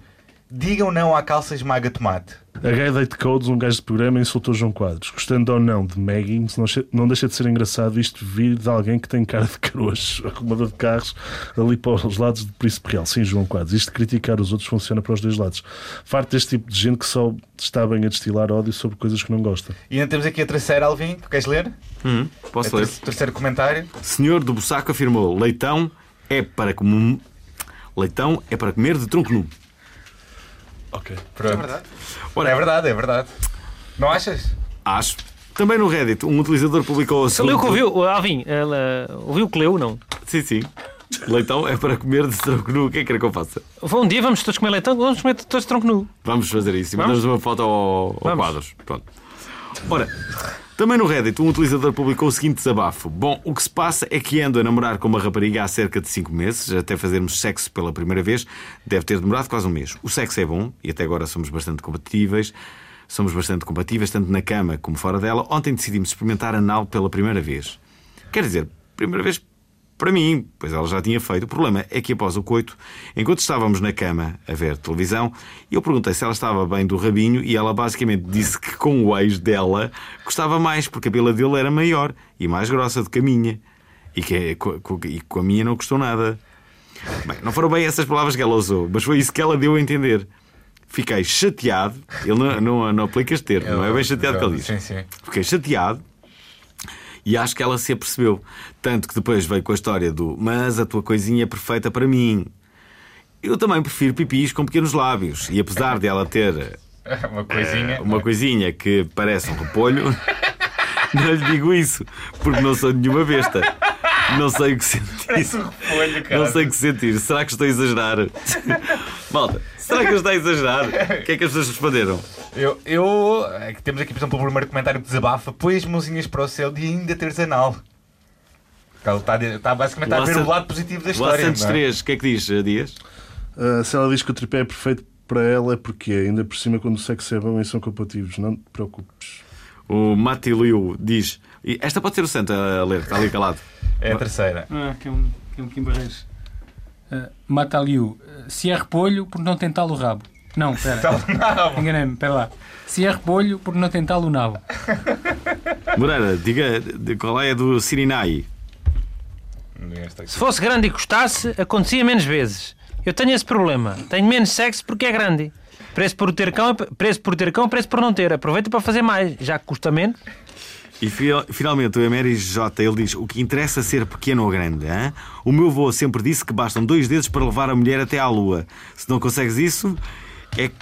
Speaker 2: Digam não à calça esmaga tomate.
Speaker 5: A Guy Date Codes, um gajo de programa, insultou João Quadros. Gostando ou não de Megging, se não che- não deixa de ser engraçado isto vir de alguém que tem cara de caroço, arrumador de carros, ali para os lados de Príncipe Real. Sim, João Quadros, isto de criticar os outros funciona para os dois lados. Farto deste tipo de gente que só está bem a destilar ódio sobre coisas que não gosta.
Speaker 2: E ainda temos aqui a terceira, Alvin. Tu queres ler?
Speaker 4: Uhum.
Speaker 1: Posso
Speaker 7: Então-
Speaker 2: A
Speaker 1: ler?
Speaker 2: ter- terceiro comentário.
Speaker 1: Senhor do Bussaco afirmou: leitão é para comer. Leitão é para comer de tronco nu.
Speaker 5: Ok.
Speaker 2: Pronto. É verdade. é verdade, é verdade. Não achas?
Speaker 1: Acho. Também no Reddit, um utilizador publicou a
Speaker 4: Você leu é o Então, que ouviu? O Alvin, ela, ouviu o que leu, não?
Speaker 1: Sim, sim. Leitão é para comer de tronco nu. O que é que quer que eu faça?
Speaker 4: Vou Um dia vamos todos comer leitão, vamos comer todos de tronco nu.
Speaker 1: Vamos fazer isso. E
Speaker 4: Vamos?
Speaker 1: mandamos uma foto ao, ao
Speaker 4: Vamos.
Speaker 1: quadros. Pronto. Ora, também no Reddit, um utilizador publicou o seguinte desabafo. Bom, o que se passa é que ando a namorar com uma rapariga há cerca de 5 meses, até fazermos sexo pela primeira vez, deve ter demorado quase um mês. O sexo é bom e até agora somos bastante compatíveis. Somos bastante compatíveis, tanto na cama como fora dela. Ontem decidimos experimentar anal pela primeira vez. Quer dizer, primeira vez para mim, pois ela já tinha feito. O problema é que após o coito, enquanto estávamos na cama a ver televisão, eu perguntei se ela estava bem do rabinho e ela basicamente disse que com o ex dela gostava mais, porque a pila dele era maior e mais grossa do que a minha. E, que, eh, co- co- e com a minha não gostou nada. Bem, não foram bem essas palavras que ela usou, mas foi isso que ela deu a entender. Fiquei chateado. Ele não, não, não aplica este termo, não é bem chateado que ele diz.
Speaker 2: Sim, sim.
Speaker 1: Fiquei chateado e acho que ela se apercebeu. Tanto que depois veio com a história do Mas a tua coisinha é perfeita para mim. Eu também prefiro pipis com pequenos lábios. E apesar de ela ter eh,
Speaker 2: Uma coisinha.
Speaker 1: uma coisinha que parece um repolho, não lhe digo isso, porque não sou nenhuma besta. Não sei o que sentir.
Speaker 2: Olha, um cara.
Speaker 1: Não sei o que sentir. Será que estou a exagerar? Malta, será que eu estou a exagerar? O que é que as pessoas responderam?
Speaker 2: Eu, eu. é que Temos aqui, por exemplo, o primeiro comentário que desabafa: põe as mãozinhas para o céu de ainda teres anal. Então, Ele está, está basicamente a
Speaker 1: Lá
Speaker 2: ver
Speaker 1: San-
Speaker 2: o lado positivo da
Speaker 1: O Lá
Speaker 2: história.
Speaker 1: Santos
Speaker 2: não é?
Speaker 1: 3, o que é que diz, Dias?
Speaker 5: Ah, se ela diz que o tripé é perfeito para ela, é porque é. Ainda por cima, quando o sexo é bom e são compatíveis. Não te preocupes.
Speaker 1: O Mati Liu diz. e Esta pode ser o Santa a ler, está ali calado.
Speaker 2: É a terceira.
Speaker 6: Ah, que é um, que é um Kim Barreiros. Ah, Mata-lhe-o. Ah, Se é repolho, por não tem tal o rabo. Não, pera. Enganei-me, pera lá. Se é repolho, por não tem tal o nabo.
Speaker 1: Moreira, diga de qual é a do Sirinai.
Speaker 2: Esta aqui.
Speaker 4: Se fosse grande e gostasse, acontecia menos vezes. Eu tenho esse problema. Tenho menos sexo porque é grande. Preço por ter cão, preço por ter cão, preço por não ter. Aproveita para fazer mais, já que custa menos.
Speaker 1: E fi- finalmente o Emeris J, ele diz: O que interessa ser pequeno ou grande? hã? O meu avô sempre disse que bastam dois dedos para levar a mulher até à lua. Se não consegues isso, é, que-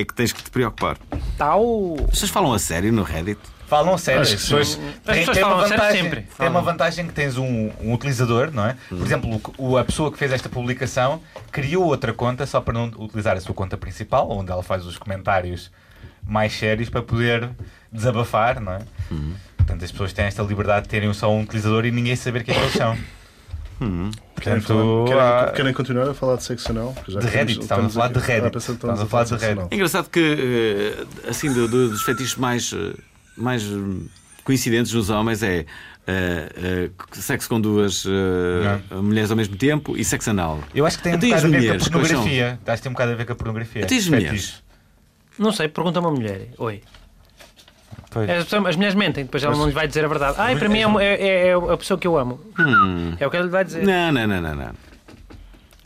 Speaker 1: é que tens que te preocupar.
Speaker 4: Tal.
Speaker 1: Vocês falam a sério no Reddit?
Speaker 2: Falam sério.
Speaker 5: Acho
Speaker 2: As
Speaker 5: que
Speaker 2: pessoas,
Speaker 4: As
Speaker 2: têm-
Speaker 4: pessoas
Speaker 2: têm uma
Speaker 4: falam sério
Speaker 2: vantagem,
Speaker 4: sempre.
Speaker 2: Tem uma
Speaker 4: Falam.
Speaker 2: vantagem que tens um, um utilizador, não é?
Speaker 1: Uhum.
Speaker 2: Por exemplo, o, o- a pessoa que fez esta publicação criou outra conta só para não utilizar a sua conta principal, onde ela faz os comentários mais sérios para poder desabafar, não é?
Speaker 1: Uhum.
Speaker 2: Portanto, as pessoas têm esta liberdade de terem só um utilizador e ninguém saber quem é que eles são.
Speaker 1: Uhum.
Speaker 5: Querem,
Speaker 2: Portanto,
Speaker 5: falar- querem-
Speaker 2: há-
Speaker 5: querem continuar a falar de sexo anal? Porque já
Speaker 2: De
Speaker 5: estamos-
Speaker 2: Reddit, estávamos a falar de
Speaker 5: aqui-
Speaker 2: Reddit.
Speaker 5: Ah, pensando que
Speaker 2: Estávamos a falar de
Speaker 5: sexo
Speaker 2: Reddit.
Speaker 5: anal.
Speaker 1: É engraçado que, eh, assim, do- do- dos fetiches mais, eh, mais hum, coincidentes nos homens é eh, eh, sexo com duas eh, mulheres ao mesmo tempo e sexo anal.
Speaker 2: Eu acho que tem um
Speaker 1: Até Então, as
Speaker 2: bocado a ver com
Speaker 1: mulheres,
Speaker 2: a
Speaker 1: quais são?
Speaker 2: pornografia. Acho que tem um bocado a ver com a
Speaker 4: É
Speaker 2: pornografia.
Speaker 1: Até as
Speaker 2: Fetiche.
Speaker 1: mulheres.
Speaker 4: Não sei, pergunta a uma mulher. Oi.
Speaker 2: Pois.
Speaker 4: As, pessoas- as mulheres mentem, depois ela não lhe vai dizer a verdade. Ai, para mim é, uma- é- é- é a pessoa que eu amo. É o que ela lhe vai dizer.
Speaker 1: Não, não, não, não, não.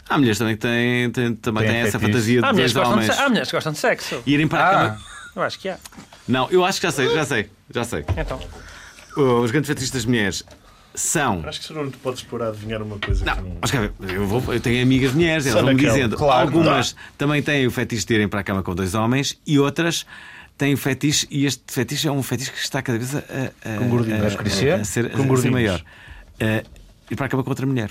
Speaker 1: Há mulheres também que têm, têm- também
Speaker 2: Têm
Speaker 1: têm essa
Speaker 2: fetiche.
Speaker 1: fantasia
Speaker 4: Há
Speaker 1: de
Speaker 4: mulheres,
Speaker 1: dois
Speaker 4: que gostam de,
Speaker 1: homens
Speaker 4: se- há mulheres que gostam de sexo.
Speaker 1: irem para a
Speaker 2: Ah,
Speaker 1: cama.
Speaker 4: Eu acho que há.
Speaker 1: Não, eu acho que já sei, já sei, já sei.
Speaker 4: Então.
Speaker 1: Os grandes fetiches das mulheres são.
Speaker 5: Acho que se não te podes pôr a adivinhar uma coisa. que
Speaker 1: Não, mas quer ver, eu, vou- eu tenho amigas mulheres, elas
Speaker 5: Só
Speaker 1: vão-me
Speaker 5: naquela,
Speaker 1: dizendo.
Speaker 2: claro,
Speaker 1: algumas também têm o fetiche de irem para a cama com dois homens e outras têm o fetiche, e este fetiche é um fetiche que está cada vez a, a, a,
Speaker 5: gordinhos.
Speaker 1: a-
Speaker 5: Vais
Speaker 2: crescer?
Speaker 1: a ser, a
Speaker 5: Com
Speaker 1: ser
Speaker 5: gordinhos.
Speaker 1: maior. A ir para a cama com outra mulher.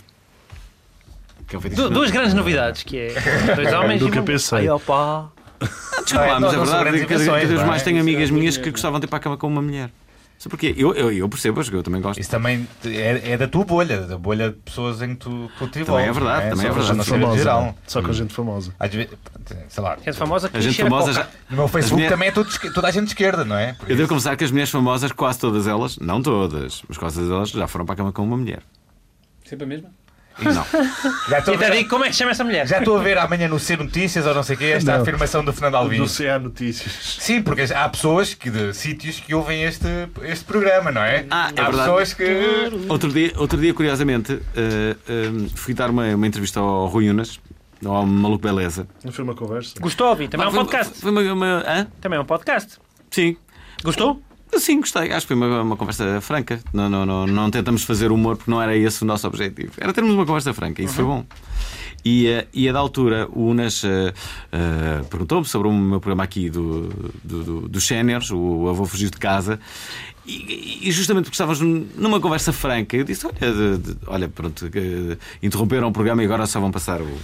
Speaker 1: Que é um fetiche
Speaker 4: Du-
Speaker 1: que
Speaker 4: duas
Speaker 1: não-
Speaker 4: grandes novidades, que é dois homens e
Speaker 5: Nunca
Speaker 4: uma mulher.
Speaker 5: pensei.
Speaker 4: Ai, opá.
Speaker 1: Desculpa,
Speaker 2: Não,
Speaker 1: lá, mas
Speaker 2: Ah, não são
Speaker 1: é
Speaker 2: grandes
Speaker 1: verdade, cada, cada
Speaker 2: invenções,
Speaker 1: vez
Speaker 2: não é?
Speaker 1: mais tenho amigas minhas que gostavam de ir para a cama com uma mulher. Só porque eu, eu, eu percebo, acho que eu também gosto.
Speaker 2: Isso também é, é da tua bolha, da bolha de pessoas em que tu, tu te envolves.
Speaker 1: Também é verdade,
Speaker 2: não
Speaker 1: também é
Speaker 2: Só
Speaker 1: verdade.
Speaker 2: Na
Speaker 5: Gente
Speaker 2: sua vida
Speaker 5: famosa.
Speaker 2: geral.
Speaker 5: Só com gente famosa.
Speaker 2: Às vezes, pronto, sei lá.
Speaker 4: Gente famosa que
Speaker 1: A gente
Speaker 4: cheira
Speaker 1: famosa
Speaker 4: pouca.
Speaker 1: já.
Speaker 2: é No meu Facebook
Speaker 1: As mulher-
Speaker 2: também é tudo de esquer- toda a gente de esquerda, não é? Por
Speaker 1: Eu
Speaker 2: isso-
Speaker 1: devo confessar que as mulheres famosas, quase todas elas, não todas, mas quase todas elas já foram para a cama com uma mulher.
Speaker 6: Sempre a mesma?
Speaker 1: Não.
Speaker 4: E
Speaker 2: Já estou a
Speaker 4: até
Speaker 2: ver,
Speaker 4: digo como é que chama essa mulher.
Speaker 2: já estou a ver amanhã no C Notícias ou não sei o que esta
Speaker 5: Não.
Speaker 2: afirmação do Fernando Alvim.
Speaker 5: Do CA Notícias.
Speaker 2: Sim, porque há pessoas que, de sítios que ouvem este, este programa, não é?
Speaker 1: Ah, é
Speaker 2: há
Speaker 1: verdade.
Speaker 2: pessoas que.
Speaker 1: Outro dia, outro dia curiosamente, eh, eh, fui dar uma, uma entrevista ao Rui Unas, ao Maluco Beleza.
Speaker 5: Não foi uma conversa?
Speaker 4: Gostou, Alvin? Também é um
Speaker 1: Foi-
Speaker 4: podcast.
Speaker 1: Foi uma, uma- hã?
Speaker 4: Também é um podcast.
Speaker 1: Sim.
Speaker 4: Gostou?
Speaker 1: Sim, gostei. Acho que foi uma, uma conversa franca. Não, não, não, não tentamos fazer humor porque não era esse o nosso objetivo. Era termos uma conversa franca, isso foi
Speaker 4: Uhum.
Speaker 1: bom. E, eh, e a da altura, o Unas eh, eh, perguntou-me sobre o meu programa aqui do, do, do- dos Séniores, o Avô Fugiu de Casa, e, e justamente porque estávamos num- numa conversa franca, eu disse: Olha, de- de- olha pronto, que, eh, interromperam o programa e agora só vão passar o.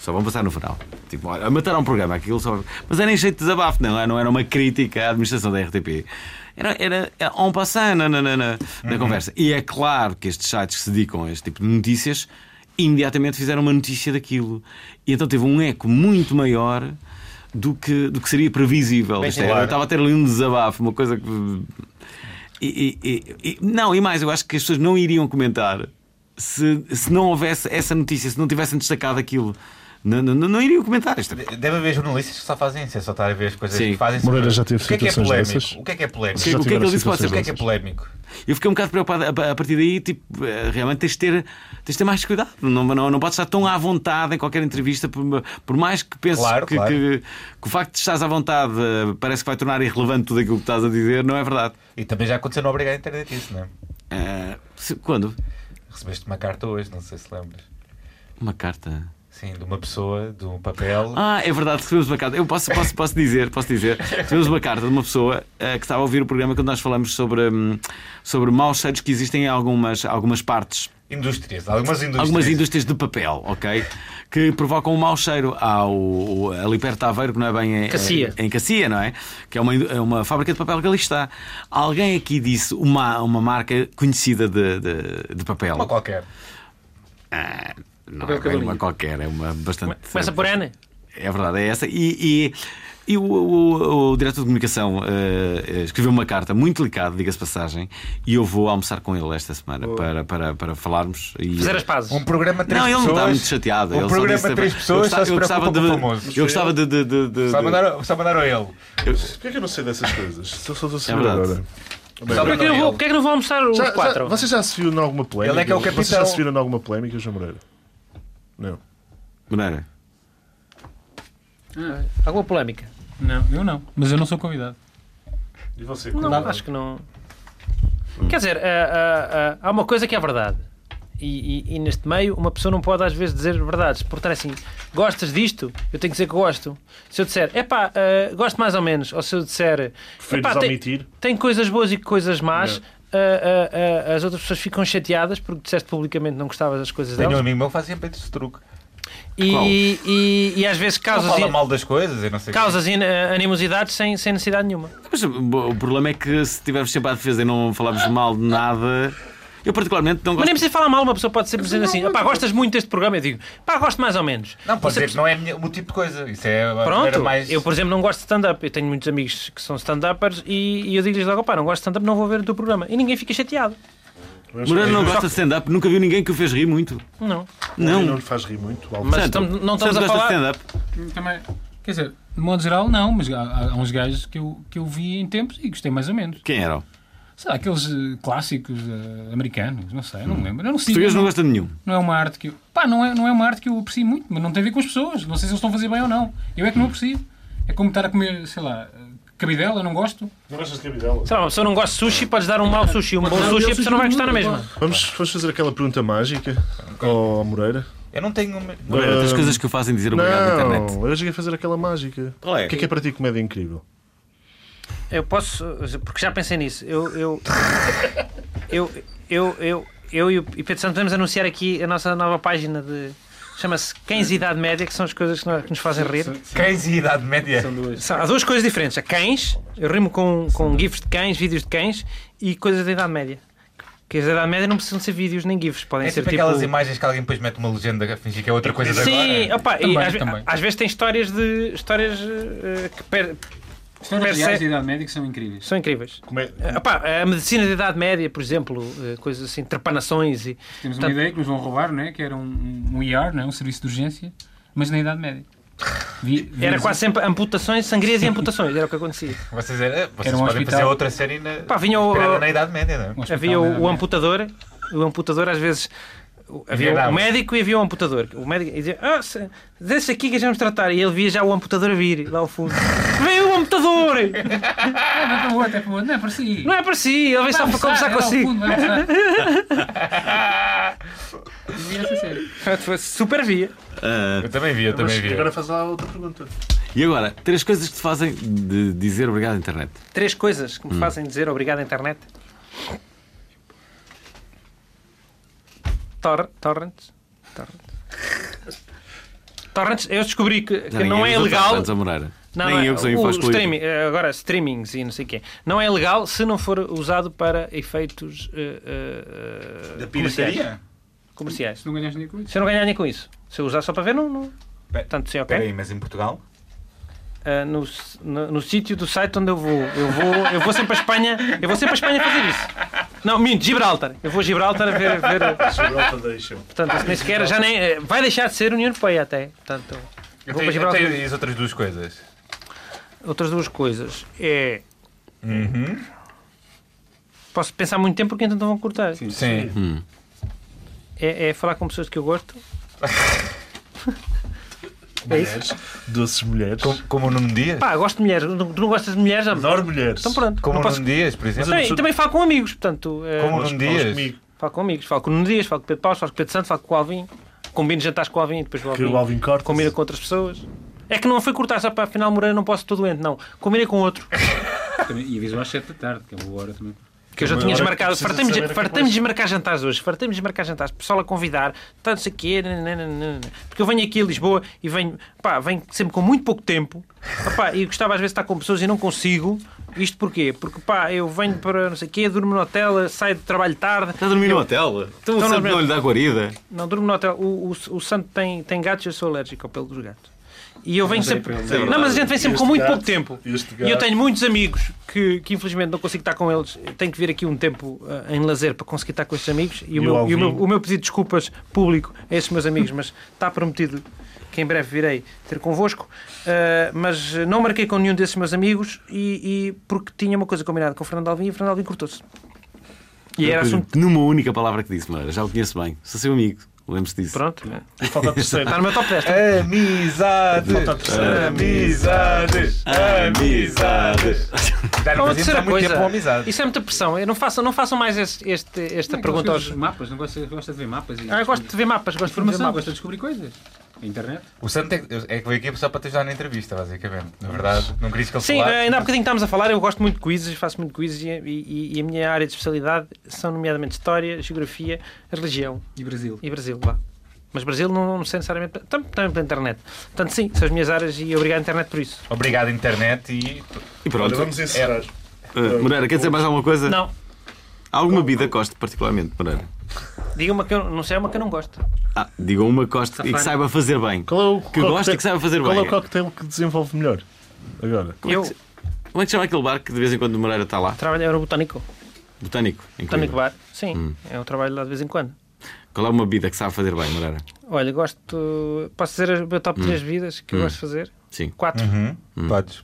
Speaker 1: Só vão passar no final. Tipo, olha, mataram o programa, aquilo só. Mas era em jeito de desabafo, não, não era uma crítica à administração da RTP. Era, era, era on passant na, na, na, na- na conversa. E é claro que estes sites que se dedicam a este tipo de notícias imediatamente fizeram uma notícia daquilo. E então teve um eco muito maior do que, do que seria previsível. Isto é,
Speaker 2: claro.
Speaker 1: Eu estava a ter ali um desabafo, uma coisa que. E- e- e- e- não, e mais, eu acho que as pessoas não iriam comentar se, se não houvesse essa notícia, se não tivessem destacado aquilo. Não, não, não iriam comentar. Isto é-
Speaker 2: Deve haver jornalistas que só fazem isso, é só estar a ver as coisas
Speaker 1: Sim.
Speaker 2: que fazem.
Speaker 5: Moreira já teve
Speaker 2: o que é que é
Speaker 5: situações
Speaker 2: polémico?
Speaker 5: dessas?
Speaker 2: O que é que é polémico?
Speaker 1: Sim. o que é que ele disse pode ser?
Speaker 2: O que é que é polémico?
Speaker 1: Eu fiquei um bocado preocupado a a partir daí, tipo, eh, realmente tens de ter, tens de ter mais cuidado. Não, não, não podes estar tão à vontade em qualquer entrevista, por, por mais que penses
Speaker 2: Claro,
Speaker 1: que,
Speaker 2: claro.
Speaker 1: que- que o facto de estás à vontade eh, parece que vai tornar irrelevante tudo aquilo que estás a dizer, não é verdade.
Speaker 2: E também já aconteceu no Obrigado à Internet isso, não é?
Speaker 1: Eh, se- quando?
Speaker 2: Recebeste uma carta hoje, não sei se lembras.
Speaker 1: Uma carta.
Speaker 2: Sim, de uma pessoa, de um papel.
Speaker 1: Ah, é verdade, recebemos uma carta. Eu posso, posso, posso dizer, posso dizer. Recebemos uma carta de uma pessoa eh, que estava a ouvir o programa quando nós falamos sobre, hum, sobre maus cheiros que existem em algumas, algumas partes,
Speaker 2: Indústrias, algumas indústrias.
Speaker 1: algumas indústrias de papel, ok? Que provocam um mau cheiro ao, ali perto de Aveiro, que não é bem em
Speaker 4: Cacia.
Speaker 1: Em, Cacia, não é? Que é uma, é uma fábrica de papel que ali está. Alguém aqui disse uma, uma marca conhecida de, de, de papel.
Speaker 2: Uma qualquer.
Speaker 1: Ah, não
Speaker 6: Papel
Speaker 1: é bem uma
Speaker 6: cabalinha.
Speaker 1: qualquer, é uma bastante.
Speaker 4: Começa por Ana.
Speaker 1: É verdade, é essa. E, e, e o, o, o diretor de comunicação eh, eh, escreveu uma carta muito delicada, diga-se passagem, e eu vou almoçar com ele esta semana para, para, para falarmos. E,
Speaker 4: Fazer as pazes.
Speaker 2: Um programa de três
Speaker 1: Não, ele
Speaker 2: pessoas.
Speaker 1: não está muito chateado.
Speaker 2: Um
Speaker 1: ele só
Speaker 2: programa
Speaker 1: disse-
Speaker 2: de três pessoas só se
Speaker 1: eu gostava
Speaker 2: preocupa
Speaker 1: de,
Speaker 2: com famosos.
Speaker 1: Eu gostava de. de, de, de-
Speaker 2: Só mandaram, só mandaram a ele.
Speaker 5: Porquê que eu não sei dessas coisas? Só sou do saber
Speaker 1: verdade.
Speaker 5: agora.
Speaker 4: Porquê
Speaker 2: Só
Speaker 4: que, não
Speaker 2: mandaram a
Speaker 4: vou,
Speaker 2: ele.
Speaker 4: porquê é que não vou almoçar os
Speaker 5: Já, já,
Speaker 4: quatro?
Speaker 5: vocês já se viram em alguma polémica?
Speaker 2: Ele é que é o
Speaker 5: Vocês já
Speaker 2: capitão.
Speaker 5: se viram em alguma polémica, João Moreira? Não.
Speaker 1: Maneira.
Speaker 4: Alguma polémica?
Speaker 6: Não, eu não. Mas eu não sou convidado.
Speaker 5: E você?
Speaker 4: Não, acho é que não. Quer dizer, ah, ah, ah, há uma coisa que é verdade. E, e- e neste meio, uma pessoa não pode às vezes dizer verdades. Portanto, é assim, gostas disto? Eu tenho que dizer que gosto. Se eu disser, epá, ah, gosto mais ou menos. Ou se eu disser,
Speaker 5: Preferes
Speaker 4: "Epá, tem,
Speaker 5: omitir?
Speaker 4: tem coisas boas e coisas más. ah, ah, ah, as outras pessoas ficam chateadas porque disseste publicamente não gostavas das coisas
Speaker 2: Tenho um
Speaker 4: delas
Speaker 2: amigo meu que faz sempre esse truque.
Speaker 1: Qual?
Speaker 4: e, e, e às vezes
Speaker 2: Não
Speaker 4: causas,
Speaker 2: fala
Speaker 4: in,
Speaker 2: mal das coisas, eu não sei. o quê.
Speaker 4: causas in- ah, animosidades sem, sem necessidade nenhuma.
Speaker 1: Mas bo- o problema é que se tivermos sempre à defesa e não falarmos mal de nada. Eu, particularmente, não
Speaker 4: Mas
Speaker 1: gosto.
Speaker 4: nem precisa falar mal, uma pessoa pode sempre dizer assim: pá, gostas muito deste programa? Eu digo: pá, gosto mais ou menos.
Speaker 2: Não, pode
Speaker 4: Isso é
Speaker 2: dizer que não é a minha- o meu tipo de coisa. Isso é a maneira
Speaker 4: Pronto,
Speaker 2: mais.
Speaker 4: eu por exemplo não gosto de stand-up. Eu tenho muitos amigos que são stand-uppers e, e eu digo-lhes logo: pá, não gosto de stand-up, não vou ver o teu programa. E ninguém fica chateado.
Speaker 1: Moreira não gosta de stand-up, nunca viu ninguém que o fez rir muito.
Speaker 4: Não.
Speaker 5: Não. não
Speaker 1: Não.
Speaker 5: lhe faz rir muito. Alves.
Speaker 4: Mas
Speaker 1: Portanto,
Speaker 4: estamos- não estamos
Speaker 1: Santo
Speaker 4: a
Speaker 1: gosta de
Speaker 4: falar.
Speaker 1: stand-up.
Speaker 6: Hum, Também, quer dizer, de modo geral, não, mas há, há uns gajos que eu, que eu vi em tempos e gostei mais ou menos.
Speaker 1: Quem eram?
Speaker 6: Sei lá, aqueles eh, clássicos eh, americanos, não sei, não me lembro. Eu não sigo,
Speaker 1: Português não
Speaker 6: não,
Speaker 1: gosta de nenhum.
Speaker 6: não é uma arte que eu. Pá, não é, não é uma arte que eu aprecio muito, mas não tem a ver com as pessoas. Não sei se eles estão a fazer bem ou não. Eu é que não aprecio. É como estar a comer, sei lá, eh, cabidela, eu não gosto.
Speaker 5: Não gostas de cabidela?
Speaker 4: Sei lá, uma pessoa não gosta de sushi, podes dar um mau sushi, um bom
Speaker 6: Não,
Speaker 4: sushi, a
Speaker 6: eu
Speaker 4: pessoa não vai gostar na
Speaker 6: sushi não
Speaker 4: mesma.
Speaker 5: Vamos, vamos fazer aquela pergunta mágica ao Moreira.
Speaker 2: Eu não tenho. uma-
Speaker 1: Moreira, tens
Speaker 5: Ah,
Speaker 1: coisas que o fazem dizer obrigado na internet.
Speaker 5: Não, eu cheguei a fazer aquela mágica.
Speaker 1: Qual é?
Speaker 5: O que é que é para ti comédia incrível?
Speaker 4: Eu posso, porque já pensei nisso. Eu. Eu. Eu. Eu, eu, eu e o e Pedro Santos podemos anunciar aqui a nossa nova página de. Chama-se Cães e Idade Média, que são as coisas que nós- que nos fazem rir.
Speaker 2: Cães e Idade Média.
Speaker 4: São- há duas coisas diferentes. Há cães, eu rimo com, com GIFs de cães, vídeos de cães e coisas da Idade Média. Que as da Idade Média não precisam ser vídeos nem GIFs, podem
Speaker 2: É
Speaker 4: ser
Speaker 2: tipo
Speaker 4: tipo.
Speaker 2: aquelas imagens que alguém depois mete uma legenda a fingir que é outra coisa de
Speaker 4: Sim,
Speaker 2: agora.
Speaker 4: opa, e
Speaker 6: Também,
Speaker 4: às, ve-
Speaker 6: também.
Speaker 4: às vezes tem histórias de. histórias eh, que per-
Speaker 6: Histórias
Speaker 4: Percebe-
Speaker 6: reais da Idade Média que são incríveis.
Speaker 4: São incríveis.
Speaker 2: Como é-
Speaker 4: Eh, opá, a medicina da Idade Média, por exemplo, eh, coisas assim, trepanações e.
Speaker 6: Temos uma
Speaker 4: Portanto,
Speaker 6: ideia que nos vão roubar, não é? que era um, um, um IR, não é? um serviço de urgência, mas na Idade Média. Vi- vi- assim,
Speaker 4: Era quase sempre amputações, sangrias e amputações, era o que acontecia.
Speaker 2: Vocês, eh, vocês
Speaker 6: Era um
Speaker 2: podem
Speaker 6: hospital.
Speaker 2: fazer outra série na,
Speaker 4: Pá, vinha o-
Speaker 2: inspirada na Idade Média, não é?
Speaker 6: um hospital
Speaker 4: Havia
Speaker 6: na Idade
Speaker 4: o, o
Speaker 6: Média.
Speaker 4: amputador, o amputador às vezes. o- né? Havia
Speaker 2: Verdade.
Speaker 4: o médico e havia o amputador. O médico dizia, ah, se- deixa aqui que já vamos tratar. E ele via já o amputador a vir lá ao fundo. Veio o amputador!
Speaker 6: Ah, vai para o outro, é para o outro. Não, é para si. é
Speaker 4: Não é para si, ele veio só para conversar consigo. Foi Super via.
Speaker 2: Eu também vi, eu também vi.
Speaker 5: Agora faz lá Ah, outra pergunta.
Speaker 1: E agora, três coisas que te fazem de dizer obrigado à internet.
Speaker 4: Três coisas
Speaker 1: Hum.
Speaker 4: que me fazem dizer obrigado à internet. Tor torrents. Torrents. Torrents, eu descobri que, que
Speaker 1: Já
Speaker 4: não
Speaker 1: ninguém
Speaker 4: é
Speaker 1: usa
Speaker 4: ilegal.
Speaker 1: torrents, a Moreira.
Speaker 4: Não,
Speaker 1: Nem
Speaker 4: não é.
Speaker 1: eu que sou em
Speaker 4: O
Speaker 1: faz
Speaker 4: streaming, eh, agora streamings e não sei o quê. Não é legal se não for usado para efeitos eh, eh, eh,
Speaker 2: Da
Speaker 4: comerciais.
Speaker 2: pirataria?
Speaker 4: comerciais.
Speaker 6: Se não ganhaste nem com isso.
Speaker 4: Se eu não ganhar nem com isso. Se eu usar só para ver, não. não.
Speaker 2: Pe-
Speaker 4: Portanto, sim, ok.
Speaker 2: Espera aí, mas em Portugal?
Speaker 4: Ah, no, s- no, no sítio do site onde eu vou. Eu vou, eu vou sempre para a Espanha. Eu vou sempre para a Espanha fazer isso. Não, minto, Gibraltar. Eu vou a Gibraltar a ver. ver
Speaker 5: Gibraltar deixa-me.
Speaker 4: portanto, isso nem sequer já nem. eh, Vai deixar de ser União Europeia até. Portanto,
Speaker 2: Eu
Speaker 4: Vou
Speaker 2: tenho,
Speaker 4: para
Speaker 2: eu
Speaker 4: Gibraltar.
Speaker 2: tenho as outras duas coisas.
Speaker 4: outras duas coisas. É. Posso pensar muito tempo porque então não vão cortar.
Speaker 2: Sim.
Speaker 4: É, é falar com pessoas que eu gosto. é isso?
Speaker 5: Doces mulheres.
Speaker 2: Com- Como o Nuno Dias?
Speaker 4: Pá, gosto de mulheres. Não- Tu não gostas de mulheres? Ah,
Speaker 5: Adoro mulheres.
Speaker 4: Então pronto.
Speaker 2: Como
Speaker 4: não
Speaker 2: o
Speaker 4: posso-
Speaker 2: Nuno Dias, por exemplo?
Speaker 4: Também, também falo com amigos, portanto. eh,
Speaker 2: Como o
Speaker 5: Falas-
Speaker 2: Nuno
Speaker 5: falas
Speaker 2: Dias?
Speaker 5: comigo,
Speaker 4: Falo com amigos, falo com o Nuno Dias, falo com o Pedro Paus, falo com o Pedro Santos, falo com o Alvin. Combino jantares com o Alvin e depois o
Speaker 5: Que
Speaker 4: Alvin.
Speaker 5: o Alvin Cortes.
Speaker 4: Combina com outras pessoas. É que não foi cortar só para afinal Moreira não posso estou doente, não. Combinei com outro,
Speaker 6: Também- E avisou às 7 da tarde, que é boa hora também.
Speaker 4: que eu já
Speaker 5: Uma
Speaker 4: tinha
Speaker 5: hora é que
Speaker 4: desmarcado.
Speaker 5: precisa
Speaker 4: Fartei-me
Speaker 5: saber
Speaker 4: de
Speaker 5: que
Speaker 4: fartei-me de
Speaker 5: vais.
Speaker 4: desmarcar jantares hoje, fartei-me de desmarcar jantares, pessoal a convidar, tanto sei quê, né, nananana. porque eu venho aqui a Lisboa e venho, pá, venho sempre com muito pouco tempo, Opá, e gostava às vezes de estar com pessoas e não consigo. Isto porquê? Porque pá, eu venho para não sei o quê, durmo no hotel, saio de trabalho tarde,
Speaker 1: Está a dormir no hotel? Então o
Speaker 4: Então,
Speaker 1: santo
Speaker 4: não-
Speaker 1: não lhe dá guarida?
Speaker 4: Não, durmo no hotel. O, o, o Santo tem, tem gatos e eu sou alérgico ao pelo dos gatos. E eu venho sempre. Não, mas a gente vem sempre com
Speaker 5: é Este
Speaker 4: muito
Speaker 5: gato,
Speaker 4: pouco tempo.
Speaker 5: este
Speaker 4: E eu
Speaker 5: gato.
Speaker 4: tenho muitos amigos que, que infelizmente não consigo estar com eles. Tenho que vir aqui um tempo ah, em lazer para conseguir estar com estes amigos. E,
Speaker 5: E
Speaker 4: o,
Speaker 5: o
Speaker 4: meu, e o, meu,
Speaker 5: Alvin.
Speaker 4: o meu pedido de desculpas público a esses meus amigos, mas está prometido que em breve virei ter convosco. Ah, mas não marquei com nenhum desses meus amigos e, e porque tinha uma coisa combinada com o Fernando Alvim e o Fernando Alvim cortou-se. E era assunto.
Speaker 1: Numa única palavra que disse, Moreira. Já o conheço bem. Sou seu amigo. Lembre-se disso.
Speaker 4: Pronto, né?
Speaker 5: E Falta a terceira.
Speaker 4: está no meu top 10.
Speaker 2: Amizade!
Speaker 5: Falta a
Speaker 1: É.
Speaker 5: terceira.
Speaker 2: Amizade! Amizade! Já não
Speaker 4: Uma
Speaker 2: fazemos
Speaker 4: terceira
Speaker 2: há muito
Speaker 4: coisa.
Speaker 2: tempo uma amizade.
Speaker 4: Isso é muita pressão. Eu não façam, não façam mais este, este- esta pergunta aos.
Speaker 6: aos é mapas, não gosta, gosta de ver mapas e
Speaker 4: Ah, eu gosto de ver mapas, gosto de ver
Speaker 6: informação,
Speaker 4: mapas.
Speaker 6: gosta de descobrir coisas. A internet.
Speaker 2: O Santo é, que- é que veio aqui só para te ajudar na entrevista, basicamente. Na verdade, não querias que ele
Speaker 4: Sim,
Speaker 2: falasse.
Speaker 5: né?
Speaker 4: ainda há bocadinho que estávamos a falar, eu gosto muito de quizzes, faço muito quizzes e, e- e a minha área de especialidade são nomeadamente História, Geografia, Religião
Speaker 6: E Brasil.
Speaker 4: e Brasil, vá. Mas Brasil não, não sei necessariamente, tam- também pela internet. Portanto, sim, são as minhas áreas e obrigado à internet por isso.
Speaker 2: Obrigado, internet, e
Speaker 1: E
Speaker 5: Olha,
Speaker 1: pronto.
Speaker 5: vamos encerrar.
Speaker 1: Ah, Moreira, quer dizer mais alguma coisa?
Speaker 4: Não,
Speaker 1: Alguma bebida que goste particularmente, Moreira?
Speaker 4: diga uma que eu não sei, é uma que eu não gosto.
Speaker 1: Ah, diga uma que goste e que
Speaker 6: Safari.
Speaker 1: saiba fazer bem.
Speaker 5: Qual é o
Speaker 1: Que gosta e
Speaker 5: cocktail-
Speaker 1: que sabe fazer
Speaker 5: Qual é
Speaker 1: bem.
Speaker 5: o cocktail que desenvolve melhor? Agora.
Speaker 1: é que
Speaker 4: Eu
Speaker 1: se- Como é que se chama aquele bar que de vez em quando o Moreira está
Speaker 5: Tá-
Speaker 1: lá?
Speaker 4: trabalho no botânico,
Speaker 1: Botânico. em
Speaker 4: botânico
Speaker 1: Coimbra.
Speaker 4: bar, sim, é um trabalho lá de vez em quando.
Speaker 1: Qual é uma bebida que sabe fazer bem, Moreira?
Speaker 4: Olha, gosto. Posso dizer o meu top 3 vidas que eu gosto de fazer?
Speaker 1: Sim,
Speaker 4: 4.
Speaker 2: Uhum. Podes.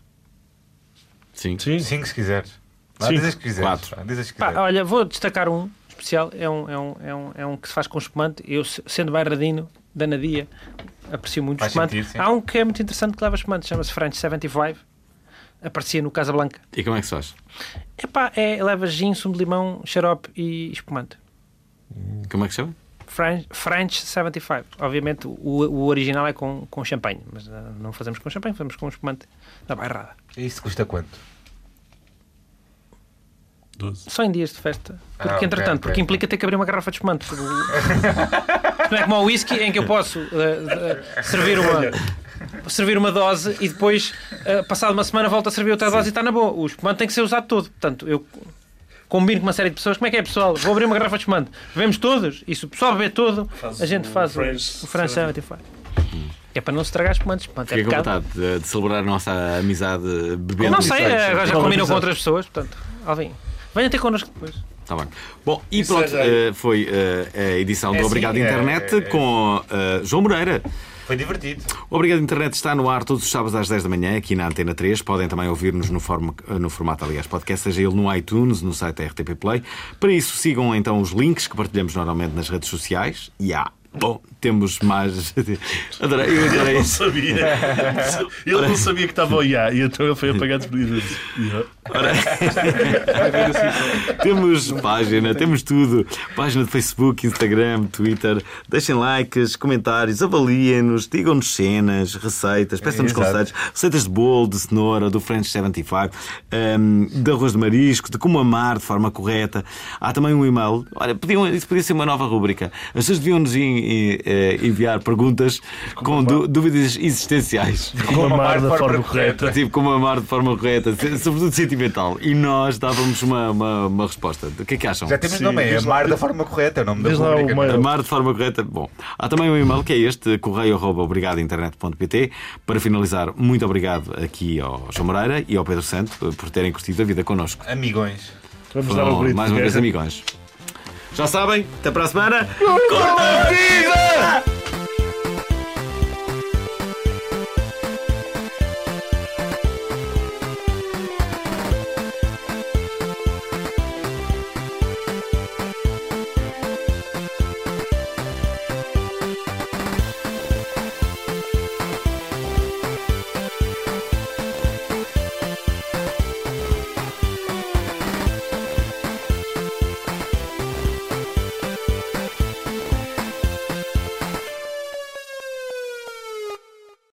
Speaker 1: sim.
Speaker 5: Sim.
Speaker 2: Cinco se quiseres. Vá,
Speaker 5: Sim.
Speaker 2: diz as que quiseres.
Speaker 1: Quatro.
Speaker 2: Vá, diz as que
Speaker 4: Pá,
Speaker 5: Ah,
Speaker 2: quiseres.
Speaker 4: olha, vou destacar um especial. É um, é um, é um, é um que se faz com espumante. Eu, se- sendo bairradino, da Nadia, aprecio muito
Speaker 2: Faz
Speaker 4: espumante.
Speaker 2: sentido, sim.
Speaker 4: Há um que é muito interessante que leva espumante, chama-se French 75. Aparecia no Casablanca.
Speaker 1: E como é que se faz?
Speaker 4: Epá, é, leva gin, sumo de limão, xarope e espumante.
Speaker 1: Como é que se chama?
Speaker 4: French, French 75. Obviamente o, o original é com, com champanhe, mas ah, não fazemos com champanhe, fazemos com espumante da bairrada.
Speaker 5: ah.
Speaker 2: Isso custa quanto?
Speaker 5: Doze.
Speaker 4: Só em dias de festa. Porque,
Speaker 2: Ah, ok,
Speaker 4: entretanto,
Speaker 2: ok,
Speaker 4: porque
Speaker 2: ok.
Speaker 4: implica ter que abrir uma garrafa de espumante. Porque o- Isto não é como ao whisky em que eu posso eh, eh, servir, uma, servir uma dose e depois, eh, passado uma semana, volto a servir outra dose e está na boa. O espumante tem que ser usado todo. Portanto, eu combino com uma série de pessoas. Como é que é, pessoal? Vou abrir uma garrafa de espumante. Bebemos todos? E se o pessoal beber todo, a gente faz o,
Speaker 5: French
Speaker 4: o French 75. Que é para não se estragar as pomantes. Portanto, é
Speaker 1: Fiquei com
Speaker 4: pecado.
Speaker 1: vontade de, de celebrar a nossa amizade bebendo.
Speaker 4: Não
Speaker 1: e
Speaker 4: sei,
Speaker 1: feita.
Speaker 4: agora já
Speaker 5: Não,
Speaker 4: combinou
Speaker 5: exato.
Speaker 4: com outras pessoas, portanto, Alvin. Venham ter connosco depois.
Speaker 1: Tá bem. Bom, e
Speaker 2: Isso
Speaker 1: pronto,
Speaker 2: é já.
Speaker 1: eh, foi eh, a edição
Speaker 2: É
Speaker 1: do
Speaker 2: assim,
Speaker 1: Obrigado
Speaker 2: é-
Speaker 1: Internet
Speaker 2: é-
Speaker 1: com eh, João Moreira.
Speaker 2: Foi divertido.
Speaker 1: O Obrigado Internet está no ar todos os sábados às 10 da manhã, aqui na Antena 3. Podem também ouvir-nos no, form- no formato, aliás, podcast, seja ele no iTunes, no site da RTP Play. Para isso, sigam então os links que partilhamos normalmente nas redes sociais. E há. Bom, temos mais. adorei, eu adorei.
Speaker 5: Não sabia. Ele não sabia que estava o IA e então ele foi apagado por isso. Yeah.
Speaker 1: temos página, temos tudo. Página de Facebook, Instagram, Twitter. Deixem likes, comentários, avaliem-nos, digam-nos cenas, receitas, peçam-nos
Speaker 2: É, Exato.
Speaker 1: conselhos. Receitas de bolo, de cenoura, do French 75, hum, de arroz de marisco, de como amar de forma correta. Há também um e-mail. Olha, podiam, isso podia ser uma nova rúbrica. As pessoas deviam-nos en- en- eh, enviar perguntas
Speaker 2: é
Speaker 1: com du- dúvidas existenciais.
Speaker 5: Com a mar da forma correta.
Speaker 1: Tipo, como amar de forma correta, se- sobretudo sentimental. E nós dávamos uma, uma, uma resposta. O que é que acham?
Speaker 2: Já temos
Speaker 5: Sim,
Speaker 2: nome, é
Speaker 5: diz lá-
Speaker 2: Mar da forma correta, é o nome da
Speaker 5: diz lá
Speaker 2: rubrica.
Speaker 5: o mail.
Speaker 1: Amar de forma correta. Bom, há também um e-mail que é este, correio.obrigadointernet.pt. Para finalizar, muito obrigado aqui ao João Moreira e ao Pedro Santo por terem curtido a vida connosco.
Speaker 2: né? Amigões.
Speaker 5: Vamos dar um
Speaker 1: Foram
Speaker 5: grito.
Speaker 1: mais uma
Speaker 5: de
Speaker 1: vez,
Speaker 5: guerra.
Speaker 1: amigões. Já sabem, até para a semana.